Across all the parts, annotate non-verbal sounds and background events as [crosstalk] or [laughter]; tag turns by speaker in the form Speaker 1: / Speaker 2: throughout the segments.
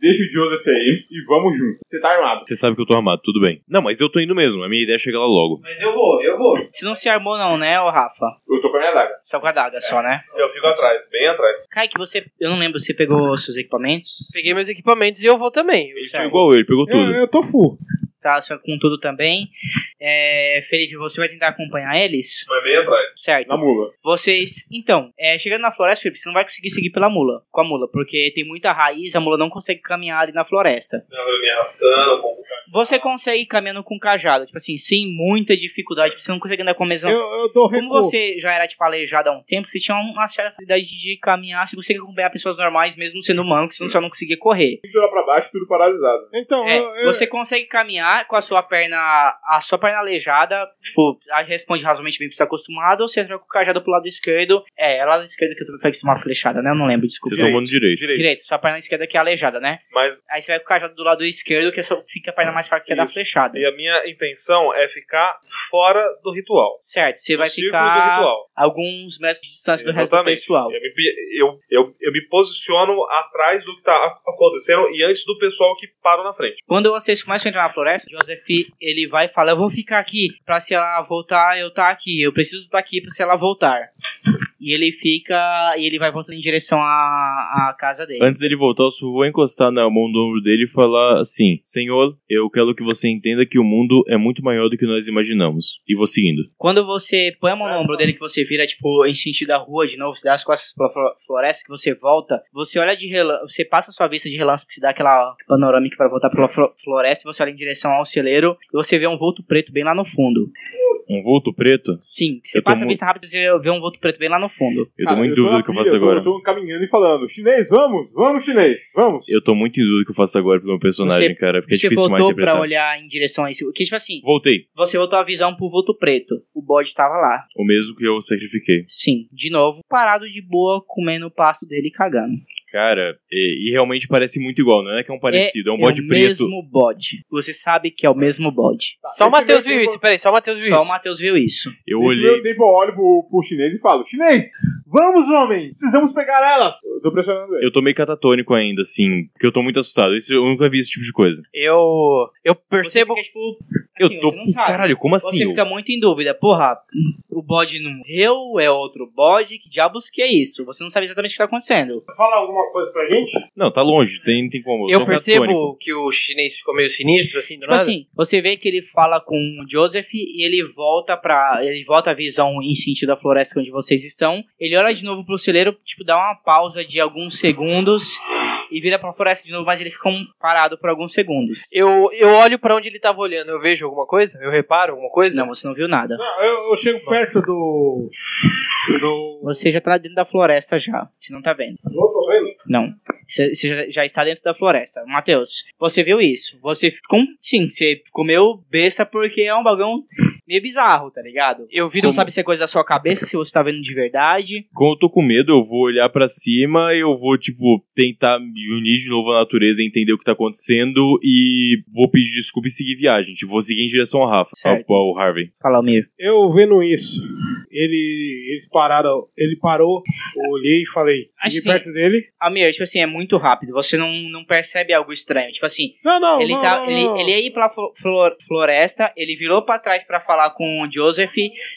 Speaker 1: Deixa o Joseph aí e vamos junto. Você tá armado.
Speaker 2: Você sabe que eu tô armado, tudo bem. Não, mas eu tô indo mesmo. A minha ideia é chegar lá logo.
Speaker 3: Mas eu vou, eu vou.
Speaker 4: Você não se armou não, né, ô Rafa?
Speaker 1: Eu tô com a minha daga.
Speaker 4: Só com a daga só, né?
Speaker 5: Eu fico atrás, bem atrás.
Speaker 4: Kaique, você... Eu não lembro, você pegou seus equipamentos?
Speaker 3: Peguei meus equipamentos e eu vou também.
Speaker 2: Ele foi Tipo igual eu, ele pegou
Speaker 6: Eu,
Speaker 1: É,
Speaker 2: tudo.
Speaker 6: eu tô full.
Speaker 4: Tá, você com tudo também. É, Felipe, você vai tentar acompanhar eles?
Speaker 5: Mas bem atrás.
Speaker 4: Certo.
Speaker 1: Na mula.
Speaker 4: Vocês. Então, é, chegando na floresta, Felipe, você não vai conseguir seguir pela mula. Com a mula, porque tem muita raiz, a mula não consegue caminhar ali na floresta.
Speaker 5: Não, eu me arrastando, com o cara.
Speaker 4: Você consegue ir caminhando com cajado, tipo assim, sem muita dificuldade, tipo, você não consegue andar com a mesma.
Speaker 6: Eu, eu dou
Speaker 4: Como
Speaker 6: recuo.
Speaker 4: você já era, tipo, aleijado há um tempo, você tinha uma certa facilidade de caminhar, você consegue acompanhar pessoas normais, mesmo sendo humano, que senão você só não conseguia correr.
Speaker 1: Tudo lá pra baixo, tudo paralisado.
Speaker 6: Então,
Speaker 4: É,
Speaker 6: eu, eu-
Speaker 4: você consegue caminhar com a sua perna, a sua perna aleijada, tipo, a- responde razoavelmente bem pra estar acostumado, ou você entra com o cajado pro lado esquerdo. É, é lado esquerdo que eu tô pegando uma flechada, né? Eu não lembro, desculpa.
Speaker 2: Você tomou no direito.
Speaker 5: Direito.
Speaker 4: Direito, sua perna esquerda que é aleijada, né?
Speaker 5: Mas
Speaker 4: Aí você vai com o cajado do lado esquerdo, que é só fica a perna mais fraca que é da
Speaker 5: Isso.
Speaker 4: flechada.
Speaker 5: e a minha intenção é ficar fora do ritual.
Speaker 4: Certo, você
Speaker 5: do
Speaker 4: vai
Speaker 5: círculo do
Speaker 4: ficar
Speaker 5: ritual.
Speaker 4: alguns metros de distância do resto do
Speaker 5: Exatamente. É
Speaker 4: pessoal.
Speaker 5: Eu me, pi- eu, eu, eu me posiciono atrás do que tá a- acontecendo e antes do pessoal que parou na frente.
Speaker 4: Quando vocês começam a entrar na floresta, Joseph, ele vai falar, eu vou ficar aqui pra se ela voltar, eu tá aqui. Eu preciso estar aqui pra se ela voltar. E ele fica, e ele vai voltando em direção à, à casa dele.
Speaker 2: Antes dele voltar, eu só vou encostar na mão do ombro dele e falar assim: Senhor, eu quero que você entenda que o mundo é muito maior do que nós imaginamos. E vou seguindo.
Speaker 4: Quando você põe a mão no ombro dele, que você vira, tipo, em sentido da rua de novo, você dá as costas pela flo- floresta, que você volta, você olha de relance, você passa a sua vista de relance, porque você dá aquela panorâmica pra voltar pela flo- floresta, e você olha em direção ao celeiro, e você vê um vulto preto bem lá no fundo.
Speaker 2: Um vulto preto?
Speaker 4: Sim, você
Speaker 2: Eu tô
Speaker 4: passa a
Speaker 2: mu-
Speaker 4: vista rápida e você vê um vulto preto bem lá no fundo.
Speaker 2: Eu
Speaker 1: Cara,
Speaker 2: tô muito em dúvida
Speaker 1: na
Speaker 2: do que eu
Speaker 1: pia,
Speaker 2: faço
Speaker 1: tô-
Speaker 2: agora.
Speaker 1: Eu tô caminhando e falando, chinês, vamos, vamos, chinês, vamos.
Speaker 2: Eu tô muito em dúvida do que eu faço agora pro meu personagem, cara, porque é
Speaker 4: você
Speaker 2: difícil mais
Speaker 4: voltou pra
Speaker 2: interpretar.
Speaker 4: olhar em direção a esse. Que tipo assim,
Speaker 2: Voltei.
Speaker 4: você voltou a visão pro vulto preto. O bode tava lá.
Speaker 2: O mesmo que eu sacrifiquei.
Speaker 4: Sim, de novo, parado de boa, comendo o pasto dele e cagando.
Speaker 2: Cara, e, e realmente parece muito igual, não é que é um parecido, é, um bode
Speaker 4: o
Speaker 2: preto.
Speaker 4: mesmo bode. Você sabe que é o mesmo bode.
Speaker 3: Só o
Speaker 1: Esse
Speaker 3: Matheus
Speaker 1: meio
Speaker 3: viu
Speaker 1: tempo-
Speaker 3: isso, peraí, só o Matheus viu
Speaker 4: Só o
Speaker 3: isso.
Speaker 4: Matheus viu isso.
Speaker 2: Eu
Speaker 1: Nesse meio
Speaker 2: olhei.
Speaker 1: tempo eu olho pro, pro chinês e falo, chinês, vamos, homem, precisamos pegar elas. Eu tô pressionando ele.
Speaker 2: Eu tô meio catatônico ainda, assim, porque eu tô muito assustado. Isso, eu nunca vi esse tipo de coisa.
Speaker 3: Eu. Eu percebo.
Speaker 4: Você fica, tipo, assim,
Speaker 2: eu tô.
Speaker 4: você não sabe.
Speaker 2: Caralho, como assim?
Speaker 4: Você
Speaker 2: Eu-
Speaker 4: fica muito em dúvida, porra, o bode não morreu, é outro bode, que diabos que é isso? Você não sabe exatamente o que tá acontecendo.
Speaker 1: Fala alguma coisa pra gente?
Speaker 2: Não, tá longe, tem, não tem como.
Speaker 3: Eu
Speaker 2: tô catatônico.
Speaker 3: percebo que o chinês ficou meio sinistro, assim, do
Speaker 4: é Tipo
Speaker 3: nada.
Speaker 4: assim, você vê que ele fala com o Joseph e ele volta para ele volta a visão em sentido da floresta onde vocês estão. Ele olha de novo pro celeiro, tipo, dá uma pausa de alguns segundos e vira pra floresta de novo, mas ele fica um- parado por alguns segundos.
Speaker 3: Eu, eu olho pra onde ele tava olhando, eu vejo alguma coisa? Eu reparo alguma coisa?
Speaker 4: Não, você não viu nada.
Speaker 6: Não, eu, eu chego perto do. do.
Speaker 4: Você já tá dentro da floresta já. Você não tá vendo.
Speaker 6: Não tô vendo.
Speaker 4: Não. Você você já, já está dentro da floresta. Matheus, você viu isso. Você ficou. um- Sim, você comeu besta porque é um bagão meio bizarro, tá ligado?
Speaker 3: Eu
Speaker 4: Você
Speaker 3: viro
Speaker 4: não sabe se é coisa da sua cabeça, se você tá vendo de verdade.
Speaker 2: Como eu tô com medo, eu vou olhar pra cima, eu vou, tipo, tentar me unir de novo à natureza, entender o que tá acontecendo e vou pedir desculpa e seguir viagem. Tipo, vou seguir em direção ao Rafa,
Speaker 4: Certo.
Speaker 2: ao, ao Harvey.
Speaker 4: Fala, Almir.
Speaker 6: Eu vendo isso, ele. Eles pararam. Ele parou, eu olhei e falei.
Speaker 4: Acho
Speaker 6: Cheguei
Speaker 4: sim.
Speaker 6: perto dele.
Speaker 4: Almir, tipo assim, é muito rápido. Você não, não percebe algo estranho. Tipo assim,
Speaker 6: Não, não.
Speaker 4: ele,
Speaker 6: não,
Speaker 4: tá,
Speaker 6: não,
Speaker 4: ele,
Speaker 6: não.
Speaker 4: ele ia ir pra flo- flor- floresta, ele virou pra trás pra falar com o Joseph,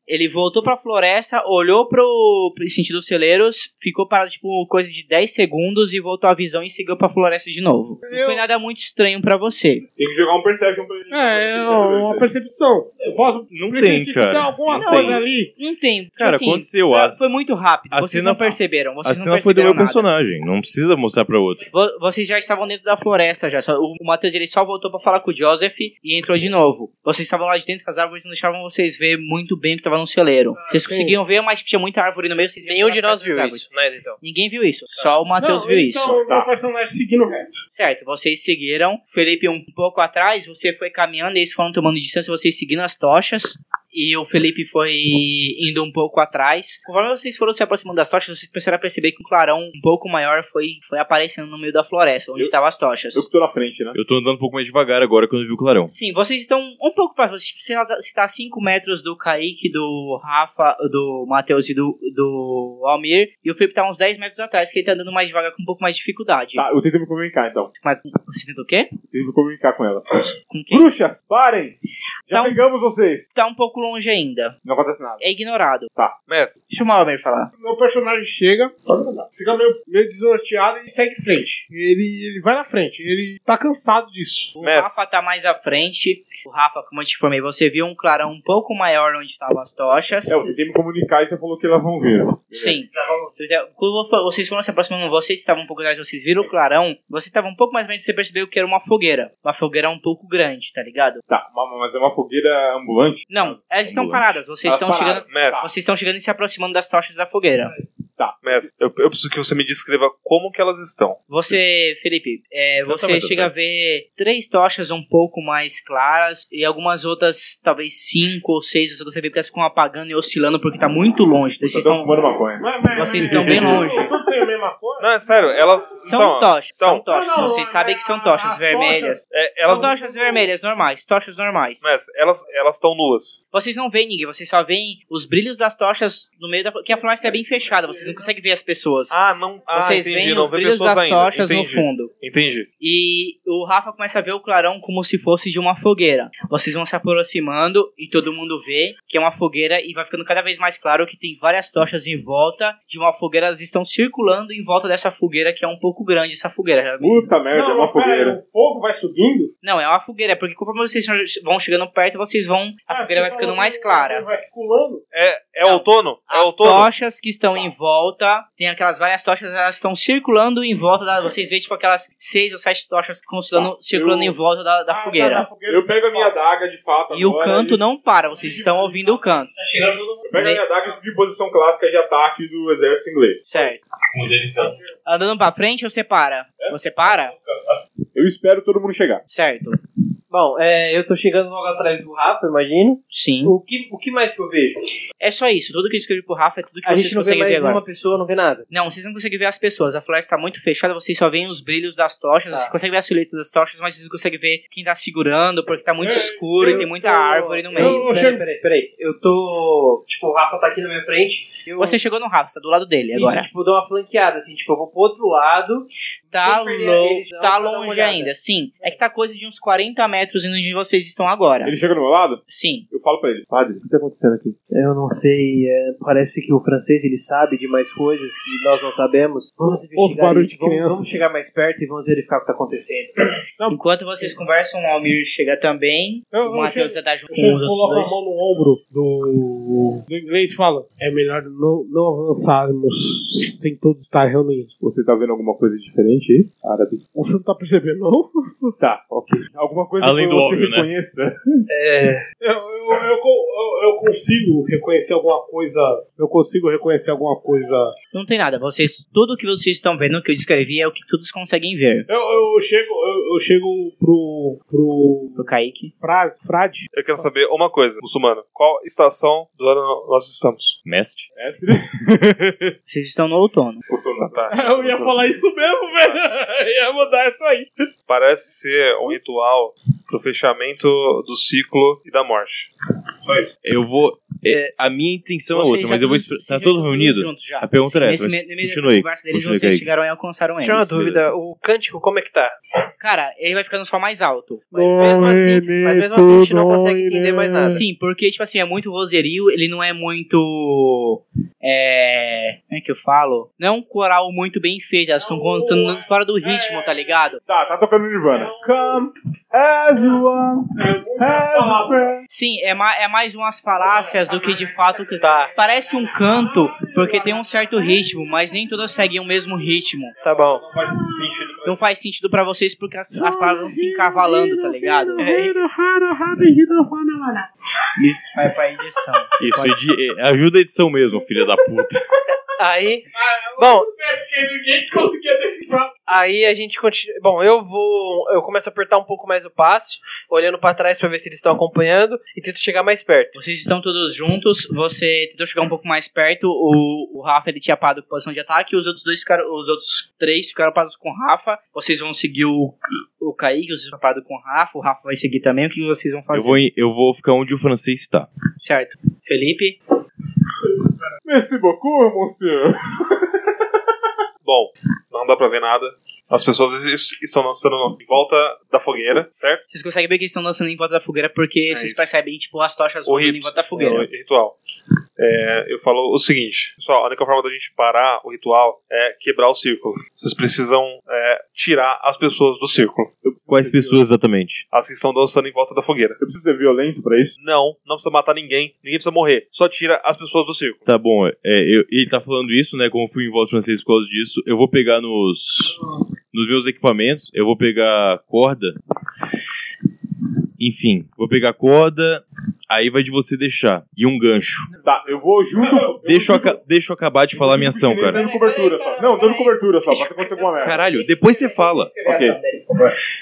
Speaker 4: ele voltou pra floresta, olhou pro, pro sentido dos celeiros, ficou parado tipo coisa de 10 segundos e voltou à visão e seguiu pra floresta de novo. Não foi nada muito estranho pra você.
Speaker 1: Tem que jogar um perception pra ele.
Speaker 6: É, é
Speaker 1: pra ele perceber
Speaker 6: uma
Speaker 1: isso
Speaker 6: percepção. Eu posso
Speaker 2: Não tem,
Speaker 6: precificar
Speaker 2: cara.
Speaker 6: alguma
Speaker 2: Não
Speaker 6: coisa
Speaker 2: tem.
Speaker 6: ali.
Speaker 4: Não tem. tipo
Speaker 2: Cara,
Speaker 4: assim,
Speaker 2: aconteceu. A,
Speaker 4: Foi muito rápido,
Speaker 2: a
Speaker 4: vocês
Speaker 2: cena-
Speaker 4: não perceberam.
Speaker 2: a
Speaker 4: Vocês não
Speaker 2: cena foi do
Speaker 4: perceberam
Speaker 2: meu
Speaker 4: nada.
Speaker 2: personagem, não precisa mostrar pra outro.
Speaker 4: Vo- Vocês já estavam dentro da floresta já. só- O Matheus ele só voltou pra falar com o Joseph e entrou de novo. Vocês estavam lá de dentro, as árvores não deixavam vocês ver muito bem o que tava no celeiro. vocês
Speaker 6: sim.
Speaker 4: conseguiam ver, mas tinha muita árvore no meio. Vocês viam
Speaker 3: Ah, Nenhum de nós
Speaker 4: pelas peças
Speaker 3: viu
Speaker 4: das árvores.
Speaker 3: isso, né, então?
Speaker 4: Ninguém viu isso, só o Matheus
Speaker 6: Não,
Speaker 4: viu
Speaker 6: então,
Speaker 4: isso.
Speaker 6: o
Speaker 1: Tá.
Speaker 7: Tá.
Speaker 6: meu personagem seguindo reto.
Speaker 4: Certo, vocês seguiram. Felipe um pouco atrás, você foi caminhando, eles foram tomando distância, vocês seguindo as tochas. e o Felipe foi indo um pouco atrás. Conforme vocês foram se aproximando das tochas, vocês começaram a perceber que um clarão um pouco maior foi, foi aparecendo no meio da floresta, onde
Speaker 7: Eu-
Speaker 4: estavam as tochas.
Speaker 7: Eu que tô na frente, né?
Speaker 2: Eu tô andando um pouco mais devagar agora quando eu vi o clarão.
Speaker 4: Sim, vocês estão um pouco próximos. Tipo, Você tá- você tá a 5 metros do Kaique, do Rafa, do Matheus e do, do Almir. E o Felipe tá uns 10 metros atrás, que ele tá andando mais devagar com um pouco mais de dificuldade.
Speaker 7: Tá, eu tento me comunicar então.
Speaker 4: Mas você tenta o quê?
Speaker 7: Eu tento me comunicar com ela.
Speaker 4: Com quem?
Speaker 7: Bruxas, parem! Já
Speaker 4: Tá um-
Speaker 7: pegamos vocês!
Speaker 4: Tá um pouco longe ainda.
Speaker 7: Não acontece nada.
Speaker 4: É ignorado.
Speaker 5: Mestre,
Speaker 4: Deixa o Almir falar.
Speaker 1: Meu personagem chega, fica meio, meio desnorteado e segue em frente. Ele, ele vai na frente, ele tá cansado disso.
Speaker 4: O
Speaker 5: Mestre.
Speaker 4: Rafa tá mais à frente. O Rafa, como eu te informei, você viu um clarão um pouco maior onde estavam as tochas.
Speaker 7: É, eu tentei me comunicar e você falou que elas vão vir.
Speaker 4: Sim. Quando vo- vocês foram se aproximando, vocês estavam um pouco atrás, vocês viram o clarão, você estava um pouco mais longe, você percebeu que era uma fogueira. Uma fogueira um pouco grande, tá ligado?
Speaker 7: Tá, ma- mas é uma fogueira ambulante?
Speaker 4: Não, elas estão
Speaker 2: ambulante.
Speaker 4: paradas, vocês
Speaker 7: Elas
Speaker 1: Tá,
Speaker 4: estão
Speaker 7: pararam.
Speaker 4: chegando.
Speaker 5: mestre,
Speaker 4: Vocês estão chegando e se aproximando das tochas da fogueira.
Speaker 5: mestre, eu, eu preciso que você me descreva como que elas estão.
Speaker 4: Você, Felipe, é,
Speaker 5: Senta
Speaker 4: você
Speaker 5: tá mais
Speaker 4: chega a
Speaker 5: atrás.
Speaker 4: ver três tochas um pouco mais claras e algumas outras, talvez cinco ou seis, você vê que elas ficam apagando e oscilando porque tá muito longe. Vocês
Speaker 7: Vocês estão
Speaker 5: Então,
Speaker 4: estão,
Speaker 7: fumando maconha.
Speaker 1: Mas, mas,
Speaker 4: vocês estão bem longe.
Speaker 1: Tudo tem a mesma cor?
Speaker 5: Não, é sério, elas.
Speaker 4: São
Speaker 5: então,
Speaker 4: tochas, são
Speaker 5: então-
Speaker 4: tochas.
Speaker 1: Não, não,
Speaker 4: vocês
Speaker 1: mas
Speaker 4: sabem que são
Speaker 1: a-
Speaker 4: tochas
Speaker 1: as
Speaker 4: vermelhas.
Speaker 5: é,
Speaker 4: São
Speaker 5: elas,
Speaker 4: tochas vermelhas, normais, tochas normais.
Speaker 5: mestre, elas elas estão nuas.
Speaker 4: Vocês não veem ninguém, vocês só veem os brilhos das tochas no meio da. Porque a floresta é bem fechada, vocês não conseguem ver as pessoas.
Speaker 5: Ah, não. Ah,
Speaker 4: vocês
Speaker 5: entendi,
Speaker 4: veem
Speaker 5: não
Speaker 4: os
Speaker 5: vê
Speaker 4: brilhos
Speaker 5: pessoas
Speaker 4: das
Speaker 5: ainda.
Speaker 4: tochas
Speaker 5: entendi,
Speaker 4: no fundo.
Speaker 5: Entendi.
Speaker 4: E o Rafa começa a ver o clarão como se fosse de uma fogueira. Vocês vão se aproximando e todo mundo vê que é uma fogueira e vai ficando cada vez mais claro que tem várias tochas em volta de uma fogueira. Elas estão circulando em volta dessa fogueira que é um pouco grande essa fogueira. realmente.
Speaker 7: Puta merda, é uma
Speaker 1: mas pera aí,
Speaker 7: fogueira.
Speaker 1: O fogo vai subindo?
Speaker 4: Não, é uma fogueira, porque conforme vocês vão chegando perto, vocês vão. A
Speaker 1: Ah,
Speaker 4: fogueira
Speaker 1: você
Speaker 4: vai ficando
Speaker 1: falou
Speaker 4: mais
Speaker 1: que
Speaker 4: clara.
Speaker 1: Vai circulando?
Speaker 5: É, é
Speaker 4: Não,
Speaker 5: outono? É
Speaker 4: As
Speaker 5: outono?
Speaker 4: tochas que estão em volta, tem aquelas várias tochas, elas estão circulando em volta da. Vocês veem, tipo, aquelas seis ou sete tochas que estão circulando, circulando em volta da, da
Speaker 1: Ah,
Speaker 4: fogueira.
Speaker 1: tá, da fogueira.
Speaker 7: Eu pego a minha adaga de fato.
Speaker 4: E o
Speaker 7: agora,
Speaker 4: canto não para, vocês estão ouvindo o canto.
Speaker 1: tá
Speaker 7: Eu pego a minha adaga e fico em posição clássica de ataque do exército inglês.
Speaker 4: Certo. Andando pra frente, você para.
Speaker 1: É?
Speaker 4: Você para?
Speaker 7: Eu espero todo mundo chegar.
Speaker 4: Certo.
Speaker 8: Bom, é, eu tô chegando logo atrás do Rafa, imagino.
Speaker 4: Sim.
Speaker 8: O que, o que mais que eu vejo?
Speaker 4: É só isso. Tudo que eu escrevi pro Rafa é tudo que
Speaker 8: A
Speaker 4: vocês
Speaker 8: gente não vê
Speaker 4: conseguem
Speaker 8: mais
Speaker 4: ver agora.
Speaker 8: nenhuma pessoa, não vê nada.
Speaker 4: Não, vocês não conseguem ver as pessoas. A floresta tá muito fechada, vocês só veem os brilhos das tochas.
Speaker 8: Tá.
Speaker 4: Vocês conseguem ver a silhueta das tochas, mas vocês não conseguem ver quem tá segurando, porque tá muito
Speaker 1: É,
Speaker 4: escuro e
Speaker 1: eu
Speaker 4: tem muita
Speaker 1: tô-
Speaker 4: árvore no
Speaker 1: eu-
Speaker 4: meio.
Speaker 1: eu
Speaker 8: peraí,
Speaker 1: chego-
Speaker 8: peraí, peraí. Eu tô. Tipo, o Rafa tá aqui na minha frente. Eu...
Speaker 4: Você chegou no Rafa, você tá do lado dele
Speaker 8: Isso,
Speaker 4: agora.
Speaker 8: tipo, dou uma flanqueada, assim, tipo, eu vou pro outro lado.
Speaker 4: Tá,
Speaker 8: sem perder
Speaker 4: lou-
Speaker 8: eles, não,
Speaker 4: tá
Speaker 8: pra dar uma
Speaker 4: longe
Speaker 8: olhada.
Speaker 4: ainda, sim. É que tá coisa de uns 40 metros indo onde vocês estão agora.
Speaker 7: Ele chega do meu lado,
Speaker 4: Sim.
Speaker 7: eu falo pra ele: Padre,
Speaker 8: O que tá acontecendo aqui? Eu não sei, é, parece que o francês ele sabe de mais coisas que nós não sabemos. Vamos investigar
Speaker 1: barulhos
Speaker 8: isso,
Speaker 1: de
Speaker 8: vamos-
Speaker 1: crianças.
Speaker 8: vamos chegar mais perto e vamos verificar o que tá acontecendo.
Speaker 4: Enquanto vocês conversam, o Almir chega também.
Speaker 1: Eu- eu
Speaker 4: o Matheus já tá junto
Speaker 1: Eu
Speaker 4: com os
Speaker 1: chego,
Speaker 4: outros
Speaker 1: coloco a
Speaker 4: dois.
Speaker 1: mão no ombro do, do inglês e falo: é melhor não, não avançarmos sem todos estar reunidos.
Speaker 7: você tá vendo alguma coisa diferente aí? Árabe.
Speaker 1: Você não tá percebendo, [laughs] não?
Speaker 7: Tá, ok. Alguma coisa
Speaker 2: Além
Speaker 7: que
Speaker 2: do
Speaker 7: você
Speaker 2: óbvio, né?
Speaker 7: reconheça.
Speaker 1: Eu, eu, eu, co- eu- eu consigo reconhecer alguma coisa. Eu consigo reconhecer alguma coisa.
Speaker 4: Não tem nada. Vocês, tudo que vocês estão vendo que eu descrevi é o que todos conseguem ver.
Speaker 1: Eu, eu chego, eu, eu chego pro. pro.
Speaker 4: Pro Kaique.
Speaker 1: Fra, Frade.
Speaker 5: Eu quero saber uma coisa, muçulmano. Qual estação do ano nós estamos?
Speaker 2: Mestre?
Speaker 4: Vocês estão no outono.
Speaker 5: Ah,
Speaker 1: [laughs]
Speaker 5: tá.
Speaker 1: Eu ia falar isso mesmo, velho. [laughs] Eu ia mudar isso aí.
Speaker 5: Parece ser um ritual pro fechamento do ciclo e da morte.
Speaker 2: Eu vou. é, a minha intenção é
Speaker 4: Vocês
Speaker 2: outra,
Speaker 4: já
Speaker 2: mas eu vou.
Speaker 4: tão-
Speaker 2: expre-
Speaker 4: vocês
Speaker 2: Tá
Speaker 4: já
Speaker 2: todo
Speaker 4: estão
Speaker 2: reunido?
Speaker 4: juntos já.
Speaker 2: A pergunta era essa,
Speaker 4: Nesse,
Speaker 2: mas
Speaker 4: me- nesse
Speaker 2: continue aí,
Speaker 4: conversa deles,
Speaker 2: continue,
Speaker 4: vocês
Speaker 2: Kaique.
Speaker 4: chegaram e alcançaram
Speaker 8: Tinha uma
Speaker 4: eles.
Speaker 8: dúvida, o cântico como é que tá?
Speaker 4: Cara, ele vai ficando só mais alto.
Speaker 8: Mas mesmo assim, mas mesmo assim a gente não consegue entender mais nada.
Speaker 4: Sim, porque, tipo assim, é muito vozerio, ele não é muito. É. Como é que eu falo? Não é um coral muito bem feito, elas estão contando fora do ritmo, tá ligado?
Speaker 7: Tá, tá tocando Nirvana. Come as one, as a friend.
Speaker 4: Sim, é, ma é mais umas falácias do que de fato que tá. Parece um canto, porque tem um certo ritmo, mas nem todas seguem o mesmo ritmo.
Speaker 8: Tá bom.
Speaker 5: Não faz sentido.
Speaker 4: Não faz sentido pra vocês porque as, as palavras vão se encavalando, tá ligado?
Speaker 8: É,
Speaker 4: Isso vai pra edição.
Speaker 2: é, Isso, edi- é, ajuda a edição mesmo, filha da puta.
Speaker 8: Aí. Bom,
Speaker 6: Porque ninguém conseguia definir.
Speaker 8: aí a gente continua. Bom, eu vou. Eu começo a apertar um pouco mais o passe, olhando pra trás pra ver se eles estão acompanhando e tento chegar mais perto.
Speaker 4: Vocês estão todos juntos, você tentou chegar um pouco mais perto, o, o Rafa ele tinha parado com posição de ataque, os outros dois ficaram, os outros três ficaram parados com o Rafa, vocês vão seguir o, o Kaique, vocês ficaram parados com o Rafa, o Rafa vai seguir também, o que vocês vão fazer?
Speaker 2: Eu vou, em- eu vou ficar onde o francês tá. está.
Speaker 4: Certo. Felipe,
Speaker 1: Merci beaucoup, monsieur.
Speaker 5: Bom, não dá pra ver nada. As pessoas es- estão dançando em volta da fogueira, certo?
Speaker 4: vocês conseguem ver que eles estão dançando em volta da fogueira porque vocês
Speaker 5: isso.
Speaker 4: percebem, tipo, as tochas
Speaker 5: O
Speaker 4: rolando em
Speaker 5: rito.
Speaker 4: volta da fogueira.
Speaker 5: É, o ritual. É, eu falo o seguinte, pessoal, a única forma da gente parar o ritual é quebrar o círculo. Vocês precisam é, tirar as pessoas do círculo,
Speaker 2: Quais pessoas exatamente?
Speaker 5: as que estão dançando em volta da fogueira.
Speaker 1: Eu preciso ser violento pra isso?
Speaker 5: Não, não precisa matar ninguém, ninguém precisa morrer, só tira as pessoas do círculo.
Speaker 2: Tá bom, é, eu- ele tá falando isso, né? Como eu fui em volta do francês por causa disso, eu vou pegar nos, nos meus equipamentos, eu vou pegar corda. Enfim, vou pegar corda, aí vai de você deixar. E um gancho.
Speaker 1: Tá, eu vou junto. eu
Speaker 2: Deixa eu,
Speaker 1: vou junto-
Speaker 2: aca- deixa eu acabar de falar minha ação, cara.
Speaker 1: Dando cobertura só. Não, dando cobertura só, pra se acontecer alguma merda.
Speaker 2: Caralho, depois você fala.
Speaker 1: Ok.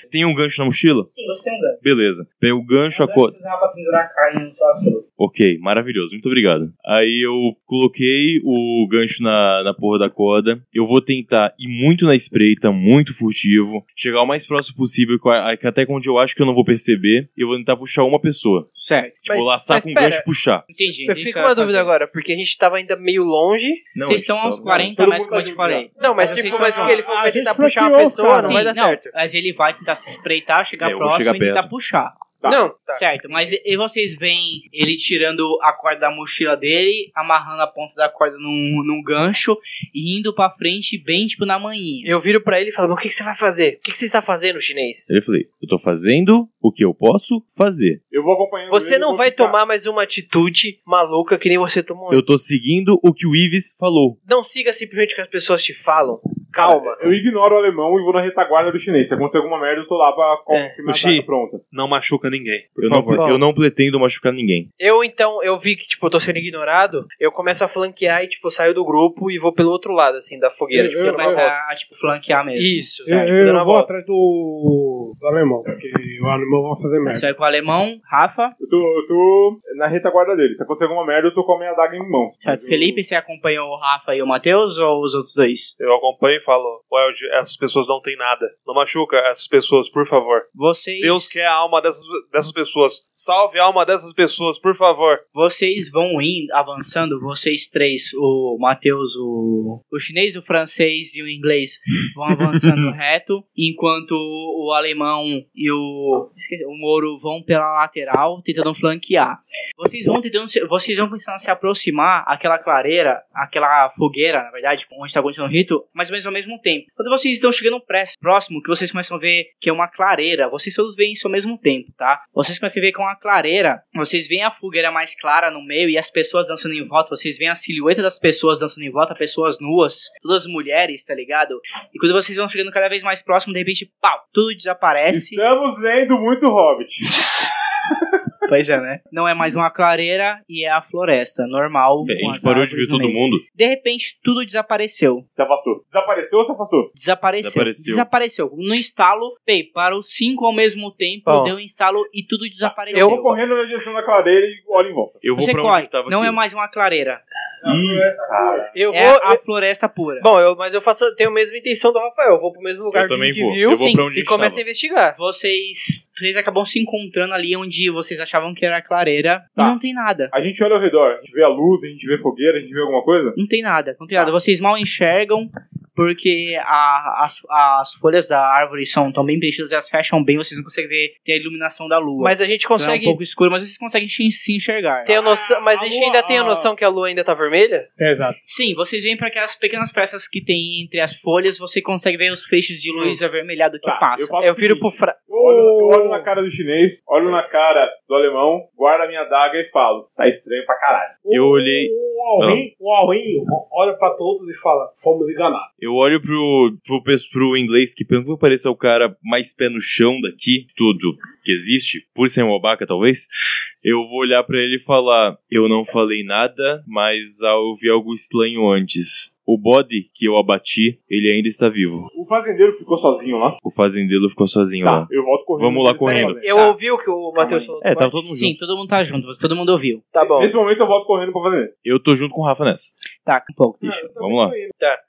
Speaker 2: Tem um gancho na mochila?
Speaker 4: Sim, você tem um gancho.
Speaker 2: Beleza. Pega o gancho, a corda.
Speaker 4: pra pendurar carne no seu açougue.
Speaker 2: Ok, maravilhoso, muito obrigado. Aí eu coloquei o gancho na, na porra da corda. Eu vou tentar ir muito na espreita, muito furtivo, chegar o mais próximo possível, com a- que até onde eu acho que eu não vou perceber. E eu vou tentar puxar uma pessoa.
Speaker 4: Certo.
Speaker 2: Tipo,
Speaker 8: Mas-
Speaker 2: laçar
Speaker 8: mas
Speaker 2: com um
Speaker 8: pera.
Speaker 2: gancho e puxar.
Speaker 4: Entendi.
Speaker 8: Eu
Speaker 4: entendi o que
Speaker 8: fico
Speaker 4: você
Speaker 8: com
Speaker 4: vai
Speaker 8: uma dúvida
Speaker 4: fazer.
Speaker 8: agora, porque a gente tava ainda meio longe.
Speaker 2: Não,
Speaker 4: Vocês
Speaker 2: acho que
Speaker 4: estão aos
Speaker 2: tá-
Speaker 4: 40
Speaker 1: Todo
Speaker 4: metros,
Speaker 1: mundo
Speaker 4: como eu
Speaker 1: tá
Speaker 4: te
Speaker 1: junto,
Speaker 4: falei.
Speaker 8: Não, mas
Speaker 4: Vocês
Speaker 8: tipo, mas
Speaker 4: são-
Speaker 8: que ele for
Speaker 6: a
Speaker 8: vai
Speaker 6: gente
Speaker 8: tentar puxar uma
Speaker 6: franqueou os
Speaker 8: pessoa,
Speaker 6: caras.
Speaker 8: não
Speaker 4: Sim,
Speaker 8: vai dar certo.
Speaker 4: Tipo assim, Mas ele vai tentar se espreitar, chegar
Speaker 2: É, eu vou
Speaker 4: próximo
Speaker 2: chegar
Speaker 4: e tentar
Speaker 2: perto.
Speaker 4: puxar.
Speaker 1: Tá.
Speaker 8: Não, tá.
Speaker 4: Certo, mas e- e vocês veem ele tirando a corda da mochila dele, amarrando a ponta da corda num, num gancho e indo pra frente bem tipo na manhinha.
Speaker 8: Eu viro pra ele e falo, mas o que, que você vai fazer? O que, que você está fazendo, chinês?
Speaker 2: Eu falei, eu tô fazendo o que eu posso fazer.
Speaker 1: Eu vou acompanhando. ele,
Speaker 8: Você
Speaker 1: eu
Speaker 8: não
Speaker 1: vou
Speaker 8: vai
Speaker 1: ficar.
Speaker 8: tomar mais uma atitude maluca que nem você tomou
Speaker 2: Eu
Speaker 8: antes.
Speaker 2: tô seguindo o que o Ives falou.
Speaker 8: Não siga simplesmente o que as pessoas te falam. Calma.
Speaker 1: Eu ignoro o alemão e vou na retaguarda do chinês. Se acontecer alguma merda, eu tô lá pra
Speaker 8: É.
Speaker 1: confirmar a
Speaker 5: Xi.
Speaker 1: data pronta.
Speaker 5: Não machuca ninguém.
Speaker 2: Eu não,
Speaker 8: favor.
Speaker 2: eu não pretendo machucar ninguém.
Speaker 8: Eu então, eu vi que, tipo, eu tô sendo ignorado. Eu começo a flanquear e, tipo, eu saio do grupo e vou pelo outro lado, assim, da fogueira.
Speaker 6: Eu-
Speaker 8: tipo,
Speaker 6: eu-
Speaker 8: dando uma
Speaker 4: Começa
Speaker 8: volta.
Speaker 4: a, tipo flanquear mesmo.
Speaker 8: Isso,
Speaker 6: Eu,
Speaker 8: sabe? Tipo,
Speaker 6: eu
Speaker 8: dando uma
Speaker 6: vou
Speaker 8: volta.
Speaker 6: atrás do, do alemão, porque o alemão vai fazer merda.
Speaker 4: Você vai com o alemão, Rafa.
Speaker 1: Eu tô, eu tô na retaguarda dele. Se acontecer alguma merda, eu tô com a minha adaga em mão.
Speaker 4: Certo. Felipe, você acompanhou o Rafa e o Matheus ou os outros dois?
Speaker 5: Eu acompanho e falo, Wild, essas pessoas não têm nada. Não machuca essas pessoas, por favor.
Speaker 4: Vocês,
Speaker 5: Deus quer a alma dessas, dessas pessoas. Salve a alma dessas pessoas, por favor.
Speaker 4: vocês vão indo, avançando, vocês três, o Matheus, o, o chinês, o francês e o inglês vão avançando reto, enquanto o, o alemão e o, esqueci, o Moro vão pela lateral tentando flanquear. Vocês vão tentando, se- vocês vão começando a se aproximar aquela clareira, aquela fogueira, na verdade, onde está acontecendo o rito, mas mais ou menos ao mesmo tempo. Quando vocês estão chegando pré- próximo, que vocês começam a ver que é uma clareira, vocês todos veem isso ao mesmo tempo, tá? Vocês começam a ver que é uma clareira, vocês veem a fogueira mais clara no meio e as pessoas dançando em volta, vocês veem a silhueta das pessoas dançando em volta, pessoas nuas, todas mulheres, tá ligado? E quando vocês vão chegando cada vez mais próximo, de repente, pau, tudo desaparece.
Speaker 1: Estamos lendo muito Hobbit.
Speaker 4: [laughs] Pois é, né? Não é mais uma clareira e é a floresta, normal.
Speaker 2: É,
Speaker 4: com
Speaker 2: a gente
Speaker 4: as
Speaker 2: parou de
Speaker 4: árvores
Speaker 2: ver
Speaker 4: no
Speaker 2: todo
Speaker 4: meio.
Speaker 2: mundo.
Speaker 4: De repente, tudo desapareceu.
Speaker 1: Se afastou. Desapareceu ou se afastou?
Speaker 4: Desapareceu.
Speaker 2: Desapareceu.
Speaker 4: Desapareceu. No instalo, pei, parou cinco ao mesmo tempo,
Speaker 8: Bom.
Speaker 4: deu um instalo e tudo desapareceu.
Speaker 1: Eu vou correndo na direção da clareira e olho em volta.
Speaker 2: Eu vou
Speaker 4: Você
Speaker 2: pra onde
Speaker 4: corre,
Speaker 2: eu tava
Speaker 4: não é
Speaker 2: aqui.
Speaker 4: mais uma clareira.
Speaker 8: Eu
Speaker 4: É
Speaker 8: vou.
Speaker 4: a floresta pura.
Speaker 8: É. Bom, eu, mas eu faço, tenho a mesma intenção do Rafael. Eu vou pro mesmo lugar
Speaker 2: Eu
Speaker 8: que a
Speaker 2: também
Speaker 8: gente
Speaker 2: vou.
Speaker 8: viu
Speaker 2: Eu vou
Speaker 4: sim,
Speaker 2: pra onde a
Speaker 8: e
Speaker 2: gente
Speaker 8: começo
Speaker 2: tava.
Speaker 8: a investigar.
Speaker 4: vocês três acabam se encontrando ali onde vocês achavam que era a clareira.
Speaker 1: Tá.
Speaker 4: E não tem nada.
Speaker 1: A gente olha ao redor, a gente vê a luz, a gente vê fogueira, a gente vê alguma coisa.
Speaker 4: Não tem nada, não tem
Speaker 8: Tá.
Speaker 4: nada. Vocês mal enxergam porque a- as, as folhas da árvore são tão bem preenchidas, elas fecham bem, vocês não conseguem ver ter a iluminação da lua.
Speaker 8: Mas a gente
Speaker 4: Então é um
Speaker 8: consegue. um
Speaker 4: pouco escuro, mas vocês conseguem se se enxergar.
Speaker 8: ter a noção, mas a
Speaker 6: a
Speaker 8: gente
Speaker 6: lua-
Speaker 8: ainda tem a
Speaker 6: a-
Speaker 8: noção que a lua ainda tá vermelha?
Speaker 6: É, exato.
Speaker 4: Sim, vocês veem para aquelas pequenas peças que tem entre as folhas, você consegue ver os feixes de luz avermelhado que
Speaker 1: Tá,
Speaker 4: passa.
Speaker 1: eu faço
Speaker 8: Eu
Speaker 1: o
Speaker 8: viro pro
Speaker 1: seguinte,
Speaker 8: Fra.
Speaker 1: Ô, olho, eu olho na cara do chinês, olho na cara do alemão, guardo a minha daga e falo: tá estranho pra caralho.
Speaker 2: Eu olhei- Ah.
Speaker 6: O Alrim, o Alrim olha pra todos e fala: fomos enganados.
Speaker 2: Eu olho pro, pro, pes- pro inglês que pelo que parecer é o cara mais pé no chão daqui, tudo que existe, por ser um babaca talvez. Eu vou olhar pra ele e falar: Eu não falei nada, mas ah, eu vi algo estranho antes. O bode que eu abati, ele ainda está vivo.
Speaker 1: O fazendeiro ficou sozinho lá.
Speaker 2: O fazendeiro ficou sozinho lá.
Speaker 1: Tá, eu volto correndo. É,
Speaker 2: Vamos lá
Speaker 1: Eles
Speaker 2: correndo.
Speaker 1: estão
Speaker 8: Eu
Speaker 1: fazendo.
Speaker 8: ouvi o que o Matheus falou. do
Speaker 2: Tá. É, tava
Speaker 8: Bart.
Speaker 2: todo mundo
Speaker 4: Sim,
Speaker 2: junto.
Speaker 4: todo mundo tá junto, você todo mundo ouviu.
Speaker 8: Tá bom.
Speaker 1: Nesse momento eu volto correndo pra fazendeiro.
Speaker 2: Eu tô junto com o Rafa nessa.
Speaker 4: Tá, um pouco, bicho.
Speaker 2: Vamos lá.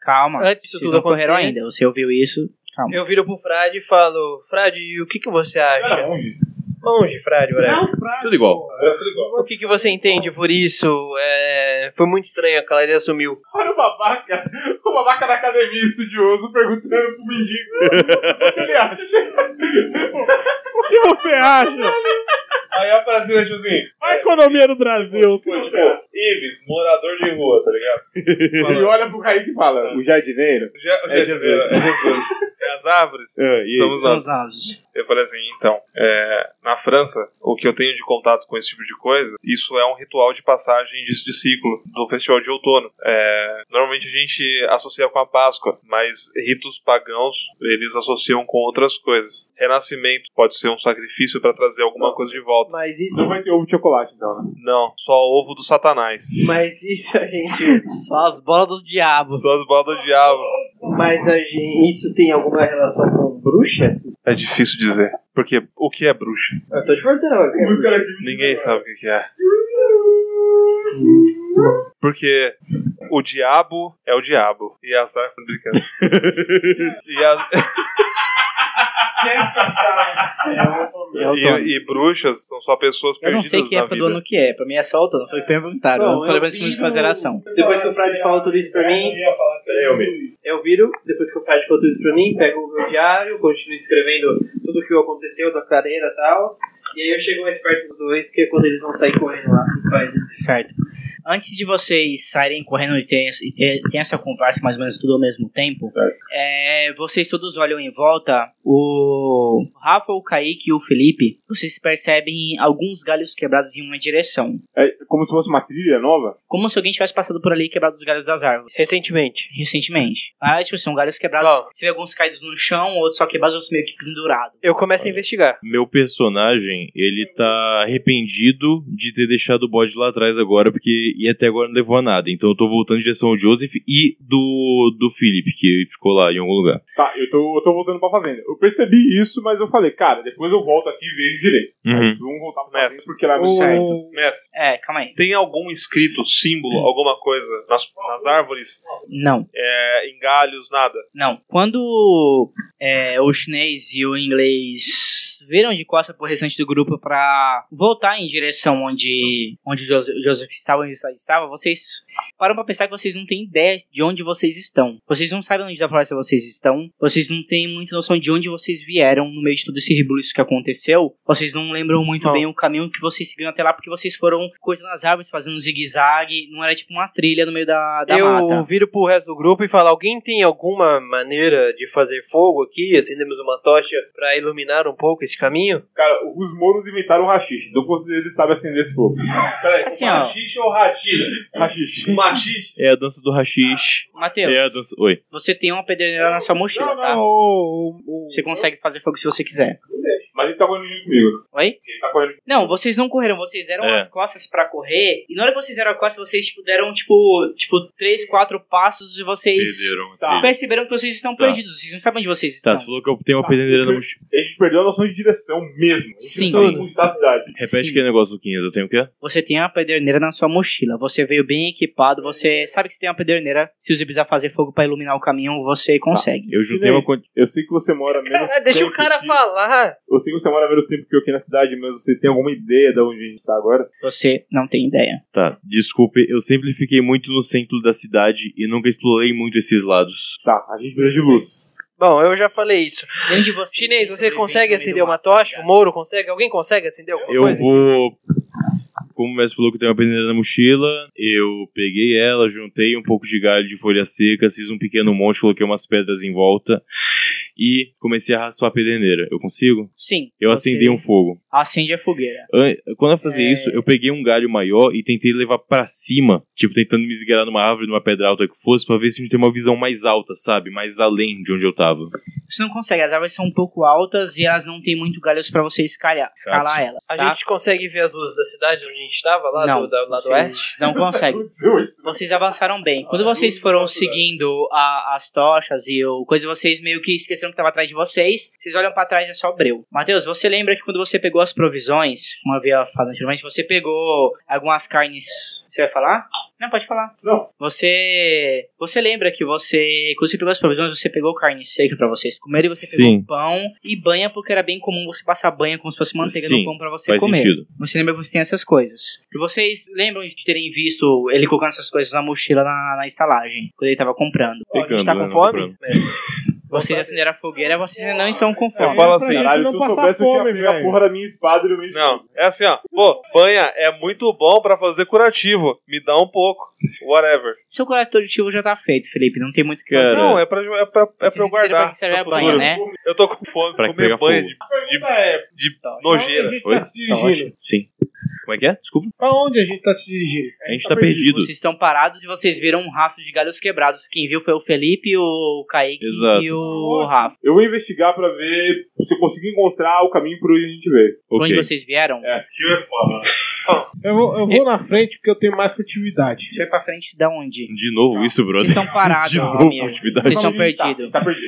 Speaker 4: Calma.
Speaker 8: Antes disso
Speaker 4: Vocês
Speaker 8: tudo
Speaker 4: não correram
Speaker 8: acontecer,
Speaker 4: ainda, você ouviu isso? Calma.
Speaker 8: Eu viro pro Frade e falo, Frade, e o que, que você
Speaker 6: É
Speaker 8: acha?
Speaker 1: longe.
Speaker 8: Longe, Frade, whatever.
Speaker 2: Tudo igual.
Speaker 1: É tudo igual.
Speaker 8: O que, que você entende por isso? É, Foi muito estranho, aquela ele assumiu.
Speaker 1: Olha o babaca, o babaca da academia estudioso perguntando pro mendigo o que ele acha.
Speaker 6: O que você acha?
Speaker 5: Aí apareceu assim,
Speaker 6: A economia do Brasil.
Speaker 5: tipo, tipo, Ives, morador de rua, tá [laughs] ligado?
Speaker 1: Ele olha pro Kaique e fala: o jardineiro.
Speaker 5: O Je- o Je-
Speaker 1: Jesus.
Speaker 5: É Jesus. É as árvores. Somos
Speaker 4: São
Speaker 5: nós.
Speaker 4: os asos.
Speaker 5: Eu falei assim, então, é, na França, o que eu tenho de contato com esse tipo de coisa, isso é um ritual de passagem de, de ciclo do festival de outono. É, normalmente a gente associa com a Páscoa, mas ritos pagãos eles associam com outras coisas. Renascimento pode ser um sacrifício para trazer alguma coisa de volta.
Speaker 8: Mas
Speaker 1: Não
Speaker 8: isso,
Speaker 1: vai ter ovo de chocolate, então, né?
Speaker 5: Não, só ovo do Satanás.
Speaker 8: mas isso a gente,
Speaker 4: Só as bolas do diabo.
Speaker 5: Só as bolas do diabo.
Speaker 3: Mas a gente, isso tem alguma relação com bruxas?
Speaker 5: É difícil dizer. Porque o que é bruxa?
Speaker 3: Eu tô te perguntando agora. que é bruxa.
Speaker 5: Ninguém sabe o que que é. Porque o diabo é o diabo. E as
Speaker 1: [laughs]
Speaker 5: árvores. brincando. e, as-
Speaker 4: É o dono.
Speaker 5: e- e bruxas são só pessoas
Speaker 4: Eu não
Speaker 5: perdidas
Speaker 4: sei que é
Speaker 5: na
Speaker 4: pra
Speaker 5: vida.
Speaker 4: dono que é, pra mim é só o dono, foi o que perguntaram,
Speaker 3: Bom,
Speaker 4: eu não tô
Speaker 3: eu
Speaker 4: levando isso muito em
Speaker 3: vi no-
Speaker 4: consideração.
Speaker 3: Depois que o Fred falou tudo isso pra mim,
Speaker 8: é
Speaker 3: eu viro. Depois que o Fred falou tudo isso pra mim, pego o meu diário, continuo escrevendo tudo o que aconteceu da clareira e tal. E aí eu chego mais perto dos dois, que é quando eles vão sair correndo lá. e Faz.
Speaker 4: Certo. Antes de vocês saírem correndo e ter, e ter, ter essa conversa mais ou menos tudo ao mesmo tempo, é, vocês todos olham em volta, o Rafa, o Kaique e o Felipe, vocês percebem alguns galhos quebrados em uma direção.
Speaker 1: É como se fosse uma trilha nova.
Speaker 4: Como se alguém tivesse passado por ali e quebrado os galhos das árvores.
Speaker 8: recentemente.
Speaker 4: Recentemente. Ah, tipo, são galhos quebrados.
Speaker 8: Bom.
Speaker 4: Você vê alguns caídos no chão, outros só quebrados, outros meio que pendurados.
Speaker 8: Eu começo a investigar.
Speaker 2: Meu personagem, ele tá arrependido de ter deixado o bode lá atrás agora, porque e até agora não levou a nada. Então eu tô voltando em direção ao Joseph e do, do Philip, que ficou lá em algum lugar.
Speaker 1: Tá, eu tô, eu tô voltando pra fazenda. Eu percebi isso, mas eu falei, cara, depois eu volto aqui e vejo direito.
Speaker 2: Uhum.
Speaker 1: Mas vamos voltar pra fazenda,
Speaker 5: Nessa.
Speaker 1: porque lá
Speaker 4: Certo.
Speaker 5: Mestre,
Speaker 4: É, calma aí.
Speaker 5: tem algum escrito, símbolo, alguma coisa nas, nas árvores,
Speaker 4: Não.
Speaker 5: é, em galhos, nada?
Speaker 4: Não. Quando é, o chinês e o inglês viram de costa pro restante do grupo pra voltar em direção onde onde o Jos- Joseph estava, onde ele estava, vocês param pra pensar que vocês não têm ideia de onde vocês estão. Vocês não sabem onde da floresta vocês estão, vocês não têm muita noção de onde vocês vieram no meio de todo esse rebuliço que aconteceu. Vocês não lembram muito
Speaker 8: Não.
Speaker 4: bem o caminho que vocês seguiram até lá porque vocês foram cortando as árvores, fazendo zigue-zague, não era tipo uma trilha no meio da, da
Speaker 8: eu
Speaker 4: mata.
Speaker 8: viro pro resto do grupo e falo, alguém tem alguma maneira de fazer fogo aqui? Acendemos uma tocha pra iluminar um pouco esse caminho?
Speaker 1: Cara, os moros inventaram o rachixe. Então eles sabem acender esse fogo.
Speaker 8: É,
Speaker 5: Peraí,
Speaker 4: Assim, ó.
Speaker 5: machixe ou rachixe?
Speaker 1: Rachixe.
Speaker 5: Machixe?
Speaker 2: É a dança do Hashish.
Speaker 4: Matheus.
Speaker 2: É a dança. Oi.
Speaker 4: Você tem uma pedreira na sua mochila,
Speaker 6: Não,
Speaker 4: tá?
Speaker 6: não, o- o-
Speaker 4: Você consegue fazer fogo se você quiser.
Speaker 1: Mas ele tá correndo junto comigo.
Speaker 4: Oi?
Speaker 1: Ele tá correndo
Speaker 4: Não, vocês não correram, vocês deram
Speaker 2: É.
Speaker 4: as costas pra correr. E na hora que vocês deram a costa, vocês tipo, deram tipo, tipo, três, quatro passos e vocês Ah.
Speaker 2: Perderam. a
Speaker 1: Tá.
Speaker 2: trilha.
Speaker 4: perceberam que vocês estão
Speaker 2: Tá.
Speaker 4: perdidos. Vocês não sabem onde vocês
Speaker 2: Tá, você
Speaker 4: estão.
Speaker 2: falou que eu tenho uma peneira na mochila.
Speaker 1: A gente perdeu a noção de direção mesmo. A gente
Speaker 4: Sim.
Speaker 1: não sabe
Speaker 2: Sim.
Speaker 1: onde tá a cidade.
Speaker 2: Repete
Speaker 4: Sim.
Speaker 2: aquele negócio, Luquinhas. Eu tenho o quê?
Speaker 4: Você tem a pederneira na sua mochila. Você veio bem equipado. Você sabe que você tem uma pederneira. Se você precisar fazer fogo pra iluminar o caminho, você consegue.
Speaker 2: Eu juntei uma quantia.
Speaker 1: Eu sei que você mora menos
Speaker 8: Cara, Ah, deixa
Speaker 1: tempo
Speaker 8: o cara
Speaker 1: que-
Speaker 8: falar.
Speaker 1: Eu sei que você mora menos tempo que eu aqui na cidade, mas você tem alguma ideia de onde a gente tá agora?
Speaker 4: Você não tem ideia.
Speaker 2: Tá, desculpe. Eu sempre fiquei muito no centro da cidade e nunca explorei muito esses lados.
Speaker 1: Tá, a gente precisa de luz.
Speaker 8: Bom, eu já falei isso.
Speaker 4: Nem de vocês,
Speaker 8: Chinês,
Speaker 4: tem
Speaker 8: você
Speaker 4: sobrevivente
Speaker 8: consegue
Speaker 4: no meio tá
Speaker 8: acender
Speaker 4: do
Speaker 8: uma
Speaker 4: mato,
Speaker 8: tocha?
Speaker 4: tá
Speaker 8: O Moro consegue? Alguém consegue acender alguma
Speaker 2: Eu
Speaker 8: coisa?
Speaker 2: vou. como o mestre falou que tem uma peneira na mochila, eu peguei ela, juntei um pouco de galho de folha seca, fiz um pequeno monte, coloquei umas pedras em volta e comecei a raspar a peneira. Eu consigo?
Speaker 4: Sim.
Speaker 2: Eu
Speaker 4: você
Speaker 2: acendi um fogo.
Speaker 4: Acende a fogueira.
Speaker 2: An- Quando eu fazia
Speaker 4: É.
Speaker 2: isso, eu peguei um galho maior e tentei levar pra cima, tipo, tentando me esgueirar numa árvore, numa pedra alta que fosse, pra ver se eu tinha uma visão mais alta, sabe? Mais além de onde eu tava.
Speaker 4: Você não consegue, as árvores são um pouco altas e elas não têm muito galhos pra você escalhar, escalar elas.
Speaker 8: A
Speaker 4: tá?
Speaker 8: gente consegue ver as luzes da cidade onde a gente tava, lá
Speaker 4: Não.
Speaker 8: do, da, lado
Speaker 4: Vocês
Speaker 8: oeste?
Speaker 4: Não consegue. Vocês avançaram bem. Quando vocês foram seguindo a- as tochas e o coisa, vocês meio que esqueceram que tava atrás de vocês. Vocês olham pra trás e é só breu. Matheus, você lembra que quando você pegou as provisões, como eu havia falado anteriormente, você pegou algumas carnes. Você vai falar? Não, pode falar.
Speaker 1: Não.
Speaker 4: Você. Você lembra que você. Quando você pegou as provisões, você pegou carne seca pra vocês comerem, você pegou
Speaker 2: Sim.
Speaker 4: pão e banha, porque era bem comum você passar banha como se fosse manteiga
Speaker 2: Sim,
Speaker 4: no pão pra você
Speaker 2: Faz
Speaker 4: comer.
Speaker 2: sentido.
Speaker 4: Você lembra que você tem essas coisas. E vocês lembram de terem visto ele colocando essas coisas na mochila na, na estalagem, quando ele tava comprando.
Speaker 8: Ó, a gente
Speaker 2: Pegando,
Speaker 8: tá
Speaker 2: né,
Speaker 8: com
Speaker 2: não
Speaker 8: fome?
Speaker 2: comprando.
Speaker 4: Vocês acenderam a fogueira, vocês não estão com fome.
Speaker 5: falo assim,
Speaker 1: Caralho,
Speaker 6: não
Speaker 1: se eu
Speaker 6: passar
Speaker 1: soubesse, eu tinha
Speaker 6: fome,
Speaker 1: pego a
Speaker 6: velho.
Speaker 1: porra da minha espada e no meio
Speaker 5: Não, é assim, ó. Pô, banha é muito bom pra fazer curativo. Me dá um pouco.
Speaker 2: [laughs]
Speaker 5: Whatever.
Speaker 4: Seu coletor de tio já tá feito, Felipe. Não tem muito o que
Speaker 2: Cara,
Speaker 4: fazer.
Speaker 5: Não, é pra, é pra, é pra eu
Speaker 4: Vocês entenderam pra
Speaker 5: guardar.
Speaker 4: que serve a
Speaker 5: pro
Speaker 4: banha,
Speaker 5: futuro.
Speaker 4: né?
Speaker 5: Eu tô com fome,
Speaker 2: Pra
Speaker 5: comer
Speaker 2: pegar
Speaker 5: banha
Speaker 2: fogo.
Speaker 5: de,
Speaker 6: A pergunta é:
Speaker 5: de
Speaker 4: Então,
Speaker 6: pra onde a
Speaker 5: nojeira.
Speaker 6: gente
Speaker 2: Oi?
Speaker 6: tá se dirigindo?
Speaker 2: Sim. Como é que é? Desculpa.
Speaker 6: Pra onde a gente tá se dirigindo?
Speaker 2: A gente tá perdido.
Speaker 4: Vocês estão parados e vocês viram um rastro de galhos quebrados. Quem viu foi o Felipe, o Kaique
Speaker 2: Exato.
Speaker 4: e o Rafa.
Speaker 1: Eu vou investigar pra ver se eu consigo encontrar o caminho por onde a gente veio.
Speaker 4: Por Onde
Speaker 2: Ok.
Speaker 4: vocês vieram?
Speaker 1: É, skill é foda.
Speaker 6: Eu vou, eu vou na frente porque eu tenho mais furtividade.
Speaker 4: Foi pra frente da onde?
Speaker 2: De novo isso,
Speaker 4: Vocês
Speaker 2: brother.
Speaker 4: estão parados,
Speaker 2: De novo,
Speaker 4: amigo.
Speaker 2: atividade.
Speaker 4: Vocês estão
Speaker 1: Vamos visitar.
Speaker 4: perdidos.
Speaker 1: Tá perdido.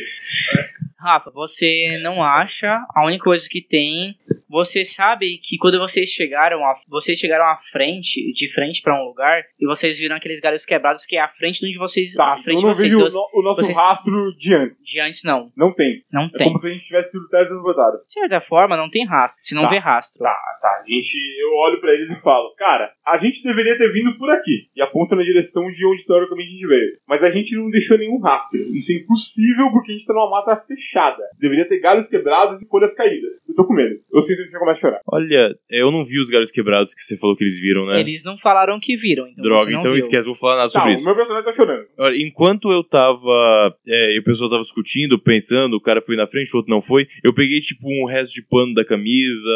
Speaker 4: Rafa, você não acha, a única coisa que tem, você sabe que quando vocês chegaram, a, vocês chegaram à frente, de frente pra um lugar, e vocês viram aqueles galhos quebrados que é à frente de onde vocês,
Speaker 1: Tá,
Speaker 4: à frente
Speaker 1: eu não
Speaker 4: de vocês,
Speaker 1: vejo o,
Speaker 4: dois,
Speaker 2: então,
Speaker 1: no- o nosso
Speaker 4: vocês-
Speaker 1: rastro de antes.
Speaker 4: de antes não,
Speaker 1: Não tem.
Speaker 4: não
Speaker 1: É
Speaker 4: tem.
Speaker 1: como se a gente tivesse sido atrás das botadas.
Speaker 4: De certa forma, não tem rastro, se não
Speaker 1: Tá,
Speaker 4: vê rastro.
Speaker 1: tá. Tá, a gente, eu olho pra eles e falo, cara, a gente deveria ter vindo por aqui. E aponta na direção de onde teoricamente a gente veio. Mas a gente não deixou nenhum rastro. Isso é impossível porque a gente tá numa mata fechada. Deveria ter galhos quebrados e folhas caídas. Eu tô com medo. Eu sinto que já começo a chorar.
Speaker 2: Olha, eu não vi os galhos quebrados que você falou que eles viram, né?
Speaker 4: Eles não falaram que viram, então você
Speaker 2: Droga,
Speaker 4: não
Speaker 2: então
Speaker 4: viu.
Speaker 2: esquece, vou falar nada
Speaker 1: Tá,
Speaker 2: sobre
Speaker 1: o
Speaker 2: isso.
Speaker 1: meu personagem tá chorando.
Speaker 2: Olha, enquanto eu tava. é, e o pessoal tava discutindo, pensando, o cara foi na frente, o outro não foi. Eu peguei, tipo, um resto de pano da camisa,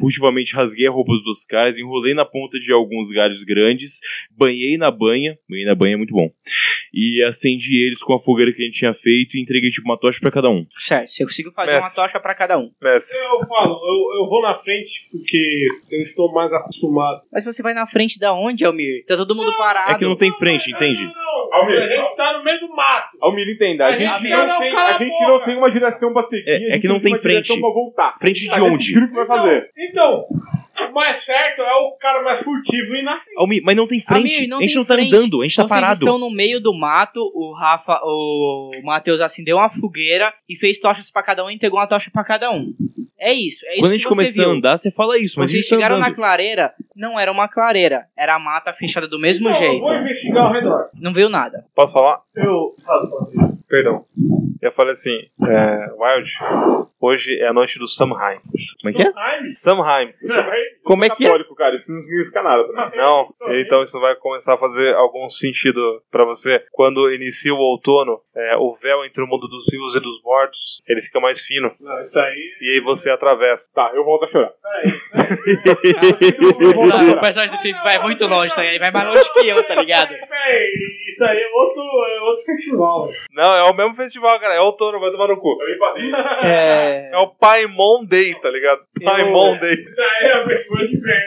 Speaker 2: furtivamente rasguei a roupa dos dois caras, enrolei na ponta de alguns galhos grandes, banhei na banha. Banhei na banha é muito bom. E acendi eles com a fogueira que a gente tinha feito e entreguei, tipo, uma tocha pra cada um.
Speaker 4: Certo, você conseguiu fazer
Speaker 5: Mestre.
Speaker 4: uma tocha pra cada um.
Speaker 5: Mestre.
Speaker 6: Eu falo, eu, eu vou na frente porque eu estou mais acostumado.
Speaker 4: Mas você vai na frente da onde, Almir? Tá todo mundo parado.
Speaker 2: É que não tem frente, entende?
Speaker 6: Não,
Speaker 1: Almir,
Speaker 6: gente tá no meio do mato.
Speaker 1: Almir, entenda. A gente,
Speaker 6: Almir,
Speaker 1: não,
Speaker 6: não,
Speaker 1: tem,
Speaker 6: cala
Speaker 1: a
Speaker 6: a
Speaker 1: gente
Speaker 6: boca.
Speaker 1: não tem uma direção pra seguir.
Speaker 2: É-
Speaker 1: a
Speaker 2: é
Speaker 1: gente
Speaker 2: que não
Speaker 1: tem
Speaker 2: tem
Speaker 1: uma direção
Speaker 2: frente.
Speaker 1: pra voltar.
Speaker 2: Frente de
Speaker 1: Tá
Speaker 2: onde?
Speaker 1: decidindo o que vai fazer.
Speaker 6: Então, o mais certo é o cara mais furtivo ir na frente.
Speaker 2: Almir, mas não tem frente.
Speaker 4: Almir, não
Speaker 2: a gente
Speaker 4: tem
Speaker 2: não tá
Speaker 4: frente.
Speaker 2: andando, a gente tá
Speaker 4: Vocês
Speaker 2: parado.
Speaker 4: estão no meio do mato, o Rafa, o Matheus acendeu uma fogueira e fez tochas pra cada um e entregou uma tocha pra cada um. É isso, é isso
Speaker 2: Quando a
Speaker 4: que
Speaker 2: gente
Speaker 4: você
Speaker 2: começar
Speaker 4: viu.
Speaker 2: a andar, você fala isso, mas a
Speaker 4: Vocês
Speaker 2: gente tá
Speaker 4: chegaram
Speaker 2: andando.
Speaker 4: na clareira, não era uma clareira, era a mata fechada do mesmo
Speaker 6: Então, Eu
Speaker 4: jeito.
Speaker 6: vou investigar ao redor.
Speaker 4: Não viu nada.
Speaker 5: Posso falar?
Speaker 6: Eu
Speaker 5: Perdão. Eu falei assim, é, Wild, hoje é a noite do Samhain.
Speaker 2: Como é que é?
Speaker 5: Samhain.
Speaker 2: Como é que é?
Speaker 1: Católico, cara, isso não significa nada. pra mim.
Speaker 5: Não, então isso vai começar a fazer algum sentido pra você. Quando inicia o outono, é, o véu entre o mundo dos vivos e dos mortos, ele fica mais fino.
Speaker 6: Não, isso aí.
Speaker 5: E aí você atravessa.
Speaker 1: Tá, eu volto a chorar.
Speaker 2: Ah,
Speaker 4: o personagem do Felipe vai muito longe, tá? Ele vai mais longe que eu, tá ligado?
Speaker 6: Isso aí é outro, é outro festival.
Speaker 5: Não, é o mesmo festival, cara. É outono, vai tomar no cu.
Speaker 8: É,
Speaker 5: É o Paimon Day, tá ligado? Paimon Day.
Speaker 6: é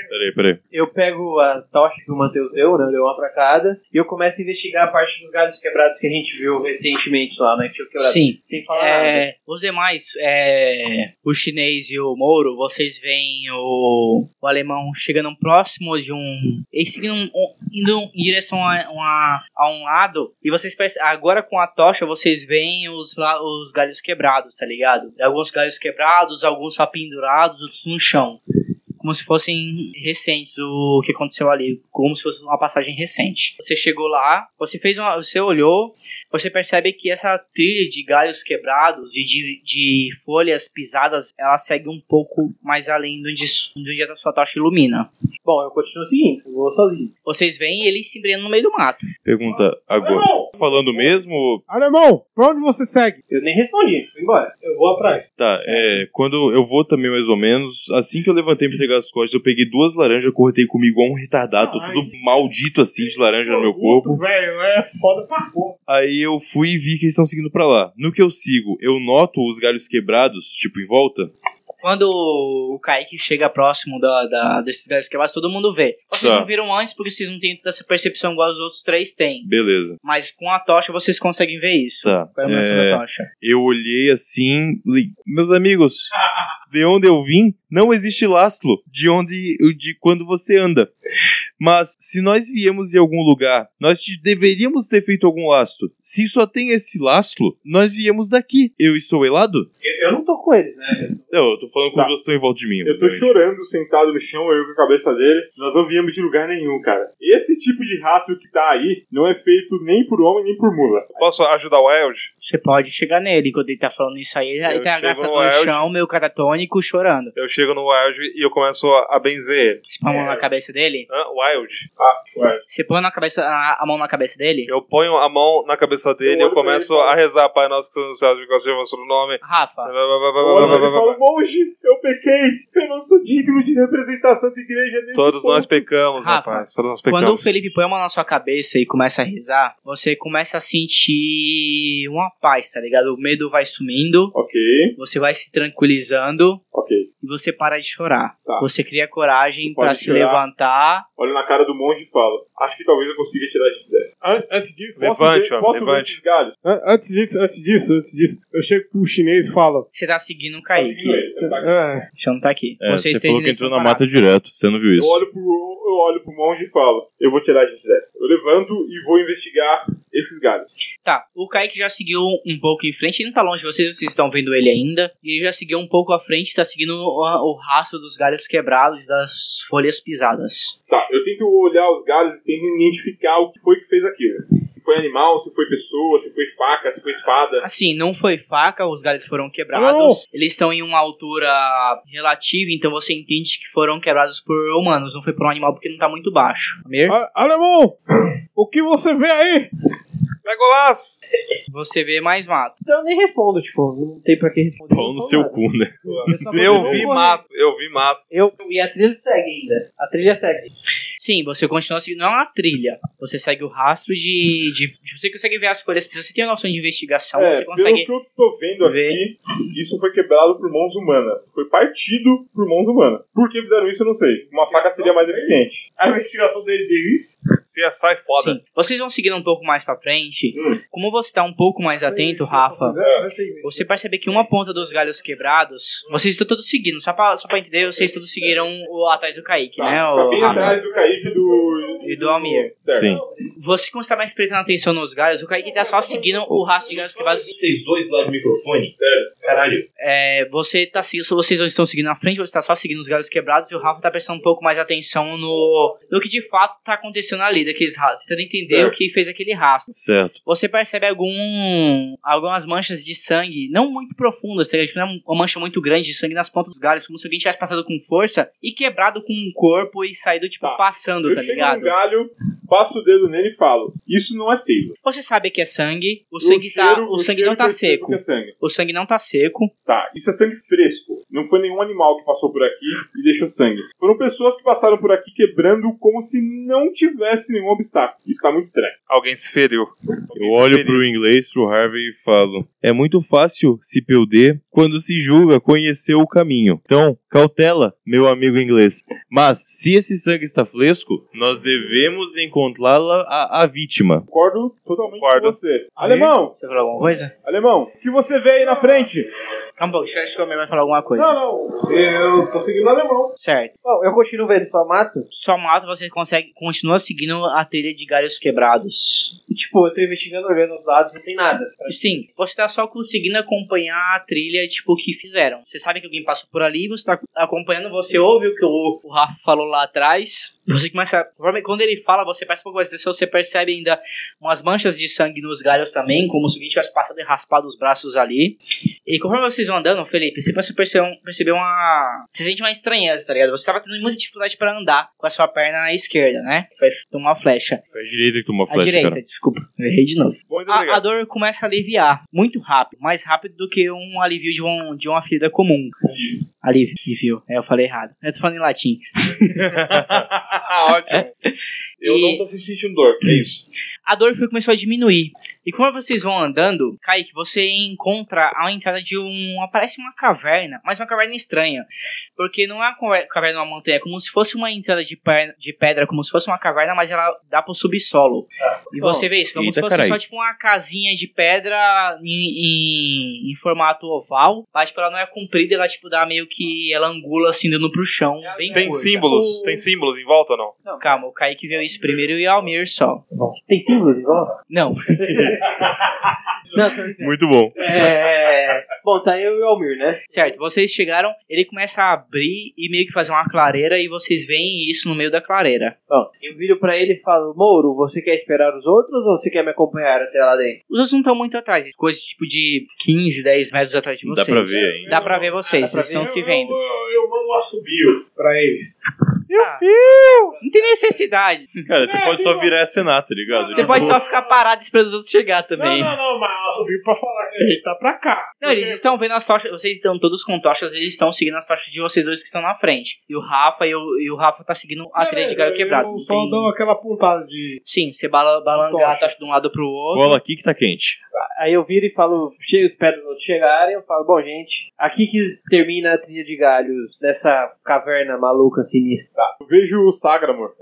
Speaker 2: Peraí, peraí.
Speaker 8: eu pego a tocha que o Matheus deu, né? Deu uma pra cada. E eu começo a investigar a parte dos galhos quebrados que a gente viu recentemente lá, né? Que eu quebrado.
Speaker 4: Sim.
Speaker 8: Sem falar nada.
Speaker 4: É, os demais, é, o chinês e o mouro, vocês veem o, o alemão chegando próximo de um. Eles seguindo um- um- indo em direção a, uma- a um lado, e vocês perce- agora com a tocha vocês veem os, la- os galhos quebrados, tá ligado? Alguns galhos quebrados, alguns só pendurados, outros no chão. como se fossem recentes o que aconteceu ali, como se fosse uma passagem recente. Você chegou lá, você fez uma, você olhou, você percebe que essa trilha de galhos quebrados e de, de folhas pisadas, ela segue um pouco mais além do onde, de onde a sua tocha ilumina.
Speaker 3: Bom, eu continuo o seguinte, eu vou sozinho.
Speaker 4: Vocês veem ele se embrenhando no meio do mato.
Speaker 2: Pergunta agora.
Speaker 6: Alemão!
Speaker 2: Falando mesmo?
Speaker 6: Alemão, pra onde você segue?
Speaker 3: Eu nem respondi, fui embora.
Speaker 6: Eu vou atrás.
Speaker 2: Tá, é. Quando eu vou também, mais ou menos, assim que eu levantei pra pegar as costas, eu peguei duas laranjas, cortei comigo igual um retardado, tô
Speaker 6: Ai,
Speaker 2: tudo maldito assim de laranja no meu corpo.
Speaker 6: Velho, é foda pra porra.
Speaker 2: Aí eu fui e vi que eles estão seguindo pra lá. No que eu sigo, eu noto os galhos quebrados, tipo, em volta.
Speaker 4: Quando o Kaique chega próximo da, da- desses galhos quebrados, todo mundo vê. Vocês
Speaker 2: Tá.
Speaker 4: não viram antes porque vocês não têm tanta essa percepção igual os outros três têm.
Speaker 2: Beleza.
Speaker 4: Mas com a tocha vocês conseguem ver isso.
Speaker 2: Tá.
Speaker 4: Com a iluminação
Speaker 2: É,
Speaker 4: da tocha.
Speaker 2: eu olhei assim. li- Meus amigos, de onde eu vim, não existe lastro de onde de quando você anda. Mas se nós viemos de algum lugar, nós te- deveríamos ter feito algum lastro. Se só tem esse lastro, nós viemos daqui. Eu estou helado?
Speaker 3: Eu, eu não tô com eles, né?
Speaker 2: Não, eu tô falando com
Speaker 1: Tá.
Speaker 2: o Jostão em volta de mim.
Speaker 1: Eu tô
Speaker 2: obviamente.
Speaker 1: chorando sentado no chão, eu com a cabeça dele. Nós não viemos de lugar nenhum, cara. Esse tipo de rastro que tá aí não é feito nem por homem nem por mula.
Speaker 5: Posso ajudar o Wild?
Speaker 4: Você pode chegar nele enquanto ele tá falando isso aí. Ele
Speaker 5: Eu
Speaker 4: tá
Speaker 5: chego
Speaker 4: abraçado
Speaker 5: no
Speaker 4: no
Speaker 5: Wild.
Speaker 4: chão, meio catatônico, chorando.
Speaker 5: Eu chego no Wild e eu começo a, a benzer ele.
Speaker 4: Você põe a mão na cabeça dele?
Speaker 5: Hã? Wild?
Speaker 4: Você põe na cabeça, a, a mão na cabeça dele?
Speaker 5: Eu ponho a mão na cabeça dele e
Speaker 1: Eu
Speaker 5: eu
Speaker 1: olho pra
Speaker 5: começo
Speaker 1: ele e falo-
Speaker 5: a rezar, Pai Nosso que estás nos céus, vingado seja o vosso nome.
Speaker 4: Rafa,
Speaker 1: Olha, ele fala, monge, eu pequei, eu não sou digno de representar a Santa Igreja nesse
Speaker 5: Todos
Speaker 1: ponto."
Speaker 5: nós pecamos,
Speaker 4: Rafa,
Speaker 5: rapaz. Todos nós
Speaker 4: quando o
Speaker 5: pecamos.
Speaker 4: Felipe põe a mão na sua cabeça e começa a rezar, você começa a sentir uma paz, tá ligado? O medo vai sumindo,
Speaker 1: Ok,
Speaker 4: você vai se tranquilizando
Speaker 1: ok.
Speaker 4: e você para de chorar.
Speaker 1: Tá.
Speaker 4: Você cria coragem
Speaker 1: Pode
Speaker 4: pra se
Speaker 1: chorar.
Speaker 4: levantar.
Speaker 1: Olho na cara do monge e falo, acho que talvez eu consiga tirar de 10.
Speaker 6: An- Antes disso,
Speaker 5: Levante,
Speaker 1: posso ver,
Speaker 5: homem,
Speaker 1: posso ver
Speaker 5: levante.
Speaker 1: esses galhos?
Speaker 6: an- antes disso, antes disso, antes disso, eu chego pro chinês e falo.
Speaker 4: Você tá seguindo o
Speaker 1: Tá seguindo
Speaker 4: Kaique.
Speaker 1: ele, você tá-
Speaker 6: É,
Speaker 4: Você não tá aqui.
Speaker 2: É, você
Speaker 4: está
Speaker 2: falou que entrou na mata direto, você não viu
Speaker 1: Eu
Speaker 2: isso.
Speaker 1: olho, pro, eu olho pro monge e falo, eu vou tirar a gente dessa. Eu levanto e vou investigar esses galhos.
Speaker 4: Tá, o Kaique já seguiu um pouco em frente, ele não tá longe de vocês, vocês estão vendo ele ainda. E ele já seguiu um pouco à frente, tá seguindo o, o rastro dos galhos quebrados, das folhas pisadas.
Speaker 1: Tá, eu tento olhar os galhos e tento identificar o que foi que fez aquilo. Se foi animal, se foi pessoa, se foi faca, se foi espada.
Speaker 4: Assim, não foi faca, os galhos foram quebrados.
Speaker 6: Não.
Speaker 3: Oh!
Speaker 4: Eles estão em uma altura relativa, então você entende que foram quebrados por humanos, não foi por um animal porque não tá muito baixo. Amir?
Speaker 6: "A- Alemão, o que você vê aí?
Speaker 5: Legolas!
Speaker 4: Você vê mais mato.
Speaker 3: Então eu nem respondo, tipo, não tem pra que responder.
Speaker 2: Pau
Speaker 3: não
Speaker 2: no
Speaker 3: falo
Speaker 2: seu
Speaker 3: nada.
Speaker 2: cu, né?
Speaker 3: Eu, só vou
Speaker 5: Eu
Speaker 3: correr.
Speaker 5: vi mato, eu vi mato.
Speaker 3: Eu, e a trilha segue ainda. A trilha segue.
Speaker 4: Sim, você continua seguindo, não é uma trilha. Você segue o rastro de. de, de- você consegue ver as folhas pisadas, você tem uma noção de investigação,
Speaker 1: É,
Speaker 4: Então você consegue.
Speaker 1: Pelo que eu tô vendo
Speaker 4: ver.
Speaker 1: aqui, isso foi quebrado por mãos humanas. Foi partido por mãos humanas. Por que fizeram isso, eu não sei. Uma faca seria mais eficiente.
Speaker 6: A investigação dele deu isso?
Speaker 5: Se sai foda.
Speaker 4: Sim. Vocês vão seguindo um pouco mais pra frente.
Speaker 1: Hum.
Speaker 4: Como você tá um pouco mais atento,
Speaker 1: É.
Speaker 4: Rafa, você percebe que uma ponta dos galhos quebrados. Vocês estão todos seguindo, só pra, só pra entender, vocês todos seguiram o atrás do Kaique,
Speaker 1: Tá,
Speaker 4: né?
Speaker 1: tá bem
Speaker 4: O Rafa.
Speaker 1: atrás do Kaique e do...
Speaker 4: E do Almir.
Speaker 1: Certo.
Speaker 2: Sim.
Speaker 4: Você como está mais prestando atenção nos galhos, o Kaique tá só seguindo o rastro de galhos quebrados.
Speaker 9: Vocês dois lá do microfone? Sério? Caralho.
Speaker 4: É, você tá se- vocês dois estão seguindo na frente, você tá só seguindo os galhos quebrados e o Rafa tá prestando um pouco mais atenção no, no que de fato tá acontecendo ali, daqueles rastros, tentando entender
Speaker 1: Certo.
Speaker 4: o que fez aquele rastro.
Speaker 2: Certo.
Speaker 4: você percebe algum, algumas manchas de sangue, não muito profundas, tá ligado? Tipo, não é uma mancha muito grande de sangue nas pontas dos galhos, como se alguém tivesse passado com força e quebrado com um corpo e saído, tipo,
Speaker 1: Tá.
Speaker 4: passando,
Speaker 1: Eu
Speaker 4: tá
Speaker 1: chego num
Speaker 4: ligado?
Speaker 1: galho, passo o dedo nele e falo, isso não é seiva.
Speaker 4: Você sabe que é sangue, o sangue, tá,
Speaker 1: cheiro-
Speaker 4: o sangue
Speaker 1: cheiro
Speaker 4: não tá
Speaker 1: percebo
Speaker 4: seco.
Speaker 1: que é sangue.
Speaker 4: O sangue não tá seco.
Speaker 1: Tá, isso é sangue fresco. Não foi nenhum animal que passou por aqui e deixou sangue. Foram pessoas que passaram por aqui quebrando como se não tivesse nenhum obstáculo. Isso tá muito estranho.
Speaker 5: Alguém se feriu.
Speaker 2: Eu olho pro inglês, pro Harvey e falo: É muito fácil se perder quando se julga conhecer o caminho. Então, cautela, meu amigo inglês. Mas, se esse sangue está fresco, nós devemos encontrá-la a, a vítima.
Speaker 1: Concordo totalmente
Speaker 5: Concordo.
Speaker 1: com você. Alemão,
Speaker 4: Você falou alguma coisa?
Speaker 1: alemão, o que você vê aí na frente?
Speaker 4: Calma um pouco, deixa eu ver se o Almir vai falar alguma coisa.
Speaker 6: Não, não, eu tô seguindo o alemão.
Speaker 4: Certo.
Speaker 3: Bom, eu continuo vendo só mato.
Speaker 4: um Só mato, você consegue, continua seguindo a trilha de galhos quebrados.
Speaker 3: tipo, eu tô investigando, olhando os lados, não tem nada.
Speaker 4: Sim, você tá só conseguindo acompanhar a trilha, tipo, que fizeram. Você sabe que alguém passou por ali, você tá acompanhando, você ouve o que o, o Rafa falou lá atrás. Você começa. conforme- Quando ele fala, você parece pouco mais atenção, você percebe ainda umas manchas de sangue nos galhos também, como se alguém tivesse passado e raspado os braços ali. E conforme vocês vão andando, Felipe, você começa a perceber, um- perceber uma. Você sente uma estranheza, tá ligado? Você tava tendo muita dificuldade pra andar com a sua perna esquerda, né? Foi tomar uma flecha.
Speaker 2: Foi a direita que tomou a
Speaker 4: A
Speaker 2: flecha,
Speaker 4: direita,
Speaker 2: cara.
Speaker 4: desculpa. Eu errei de novo.
Speaker 5: Muito
Speaker 4: A, a
Speaker 5: obrigado.
Speaker 4: dor começa a aliviar muito rápido, mais rápido do que um alivio de, um, de uma ferida comum. Alívio. Alívio, é, eu falei errado. Eu tô falando em latim.
Speaker 5: [laughs] Ótimo. Eu
Speaker 4: E-
Speaker 5: não tô sentindo dor, é isso.
Speaker 4: A dor foi, começou a diminuir. E quando vocês vão andando, Kaique, você encontra a entrada de um. Parece uma caverna, mas uma caverna estranha. Porque não é uma caver- caverna de uma montanha, é como se fosse uma entrada de, perna- de pedra, como se fosse uma caverna, mas ela dá pro subsolo. e você vê isso, como
Speaker 2: eita,
Speaker 4: se fosse
Speaker 2: carai.
Speaker 4: só tipo uma casinha de pedra em, em- em formato oval, mas tipo, ela não é comprida, ela tipo dá meio que. Ela angula assim, dando pro chão. Bem
Speaker 5: Tem
Speaker 4: curta.
Speaker 5: símbolos, tem símbolos em volta ou não?
Speaker 4: Calma, o Kaique viu isso primeiro e o Almir só.
Speaker 3: Tem símbolos igual?
Speaker 4: Não. [laughs]
Speaker 3: Não, tô ligado.
Speaker 2: Muito bom.
Speaker 3: É. Bom, tá eu e o Almir, né?
Speaker 4: Certo, vocês chegaram, ele começa a abrir e meio que fazer uma clareira e vocês veem isso no meio da clareira.
Speaker 3: Bom, eu viro pra ele e falo: Mouro, você quer esperar os outros ou você quer me acompanhar até lá dentro?
Speaker 4: Os outros não estão muito atrás, coisa tipo de 15, 10 metros atrás de
Speaker 2: Não dá
Speaker 4: vocês.
Speaker 2: pra ver ainda.
Speaker 4: Dá pra ver vocês,
Speaker 3: pra
Speaker 4: vocês estão
Speaker 6: ver?
Speaker 4: se vendo.
Speaker 6: Eu, eu mando um assobio pra eles.
Speaker 4: Não tem necessidade.
Speaker 2: Cara, você pode só virar a cenar, tá ligado?
Speaker 4: É, Você pode só ficar parado esperando os outros chegar também.
Speaker 6: Não, não, não, mas um assobio pra falar que a gente tá pra cá.
Speaker 4: Não, eles estão vendo as tochas, vocês estão todos com tochas, eles estão seguindo as tochas de vocês dois que estão na frente. E o Rafa e o, e o Rafa tá seguindo a trilha de galho quebrado.
Speaker 6: Eu só
Speaker 4: Tem-
Speaker 6: dou aquela pontada de.
Speaker 4: Sim, você bala, balanga a
Speaker 6: Tocha.
Speaker 4: tocha de um lado pro outro.
Speaker 2: Cola aqui que tá quente.
Speaker 3: Aí eu viro e falo, chego, espero os outros chegarem. Eu falo, bom, gente, aqui que termina a trilha de galhos dessa caverna maluca sinistra.
Speaker 1: Eu vejo o Sagra, amor.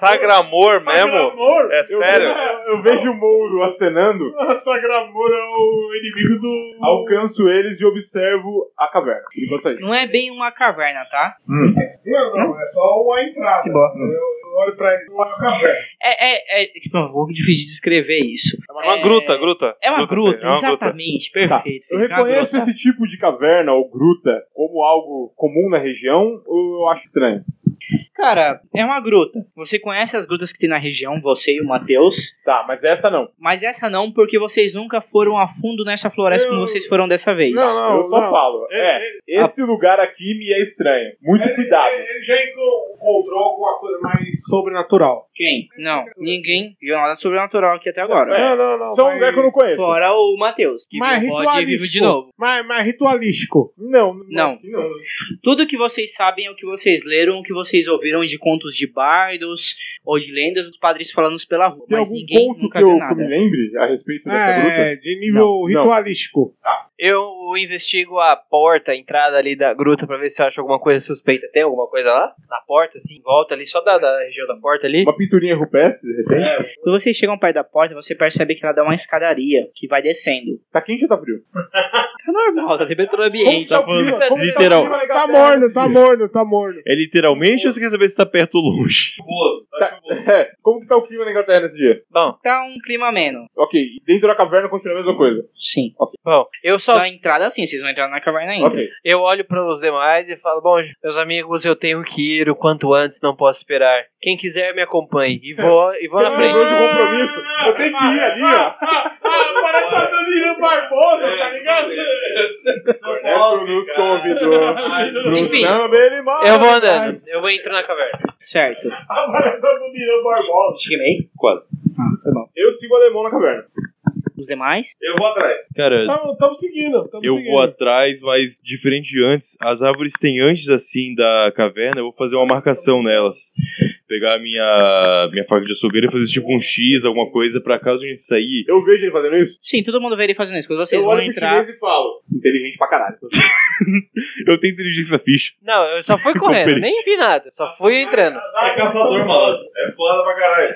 Speaker 5: Sagra amor mesmo?
Speaker 1: Sagramor?
Speaker 5: É
Speaker 1: Eu-
Speaker 5: sério?
Speaker 1: Eu, vejo o Mouro [laughs] acenando.
Speaker 6: Sagramor é o inimigo do.
Speaker 1: Alcanço eles e observo a caverna. Por enquanto é isso.
Speaker 4: Não é bem uma caverna, tá? Hum?
Speaker 6: Não, não, é só uma entrada. Eu, eu olho pra ele e olho a caverna.
Speaker 4: É, é, é tipo, um pouco difícil de descrever isso.
Speaker 5: É uma
Speaker 4: É-
Speaker 5: gruta, gruta.
Speaker 4: É uma gruta,
Speaker 5: Fê, é uma
Speaker 4: exatamente,
Speaker 6: Tá.
Speaker 4: perfeito.
Speaker 1: Eu
Speaker 4: Felipe, é uma
Speaker 1: reconheço
Speaker 4: gruta.
Speaker 1: esse tipo de caverna ou gruta como algo comum na região ou eu acho estranho?
Speaker 4: Cara, é uma gruta. Você conhece as grutas que tem na região, você e o Matheus.
Speaker 1: Tá, mas essa não.
Speaker 4: Mas essa não, porque vocês nunca foram a fundo nessa floresta como vocês foram dessa vez.
Speaker 6: Não,
Speaker 1: eu só
Speaker 6: não.
Speaker 1: falo. É, esse lugar aqui me é estranho. Muito cuidado.
Speaker 6: Ele, ele já enco- encontrou alguma coisa mais sobrenatural.
Speaker 4: Quem? Não, ninguém viu nada sobrenatural aqui até agora.
Speaker 1: É,
Speaker 6: não, não.
Speaker 1: Só um lugar que eu não conheço.
Speaker 4: Fora o Matheus, que
Speaker 6: Mas
Speaker 4: viu o Rod
Speaker 6: ritualístico.
Speaker 4: vivo
Speaker 1: tipo.
Speaker 4: de novo.
Speaker 6: Mas, mas ritualístico.
Speaker 1: Não,
Speaker 4: Não.
Speaker 1: acho que não. né?
Speaker 4: Tudo que vocês sabem é o que vocês leram, o que vocês ouviram de contos de bardos ou de lendas dos padres falando pela rua.
Speaker 1: Tem
Speaker 4: mas
Speaker 1: algum
Speaker 4: ninguém
Speaker 1: ponto que
Speaker 4: nunca
Speaker 1: eu,
Speaker 4: viu
Speaker 1: que eu me
Speaker 4: nada.
Speaker 1: lembre a respeito dessa gruta?
Speaker 6: É, de nível
Speaker 1: Não, não.
Speaker 6: ritualístico.
Speaker 8: Eu investigo a porta, a entrada ali da gruta pra ver se eu acho alguma coisa suspeita. Tem alguma coisa lá? Na porta, assim, em volta ali, só da, da região da porta ali.
Speaker 1: Uma pinturinha rupestre, de repente?
Speaker 4: Quando vocês chegam perto da porta, você percebe que ela dá uma escadaria que vai descendo.
Speaker 1: Tá quente ou tá frio?
Speaker 4: Tá normal, tá temperatura ambiente.
Speaker 2: Tá falando literal.
Speaker 6: Tá morno, tá morno, tá morno.
Speaker 2: É literalmente ou você quer saber se tá perto ou longe?
Speaker 1: [laughs] É, como que tá o clima na Inglaterra nesse dia?
Speaker 4: Tá um clima ameno.
Speaker 1: Ok, e dentro da caverna continua a mesma coisa.
Speaker 4: Sim.
Speaker 8: Bom, eu só
Speaker 4: Na entrada, sim, vocês vão entrar na caverna ainda.
Speaker 1: Ok.
Speaker 8: eu olho para os demais e falo: Bom, meus amigos, eu tenho que ir o quanto antes, não posso esperar. Quem quiser, me acompanhe. E vou, e vou na
Speaker 1: Eu
Speaker 8: frente.
Speaker 1: tenho um compromisso. Eu tenho que ir ali,
Speaker 6: Ah,
Speaker 1: ó.
Speaker 6: Parece a Danilo Barbosa, tá ligado?
Speaker 1: Ernesto nos convidou.
Speaker 4: Enfim.
Speaker 1: Bruno, ele mora.
Speaker 8: Eu vou andando, eu vou entrar na caverna.
Speaker 4: Certo.
Speaker 6: Parece a Danilo Barbosa.
Speaker 4: Cheguei.
Speaker 2: Quase.
Speaker 1: Eu sigo o alemão na caverna.
Speaker 4: Os demais?
Speaker 9: Eu vou atrás.
Speaker 2: Cara,
Speaker 4: Tá
Speaker 6: Estamos seguindo, estamos
Speaker 2: Eu
Speaker 6: seguindo.
Speaker 2: vou atrás, mas diferente de antes, as árvores têm antes assim da caverna, eu vou fazer uma marcação nelas. Pegar a minha, minha faca de açougueiro e fazer tipo um X, alguma coisa, pra caso a gente sair.
Speaker 1: Eu vejo ele fazendo isso.
Speaker 4: Sim, todo mundo vê ele fazendo isso. Quando vocês
Speaker 1: eu
Speaker 4: vão
Speaker 1: olho pro
Speaker 4: entrar.
Speaker 1: chinês e falo. Inteligente pra caralho.
Speaker 2: Eu tenho inteligência na ficha.
Speaker 8: Não, eu só fui correndo, nem vi nada, só fui entrando.
Speaker 9: É caçador, malandro. É foda pra caralho.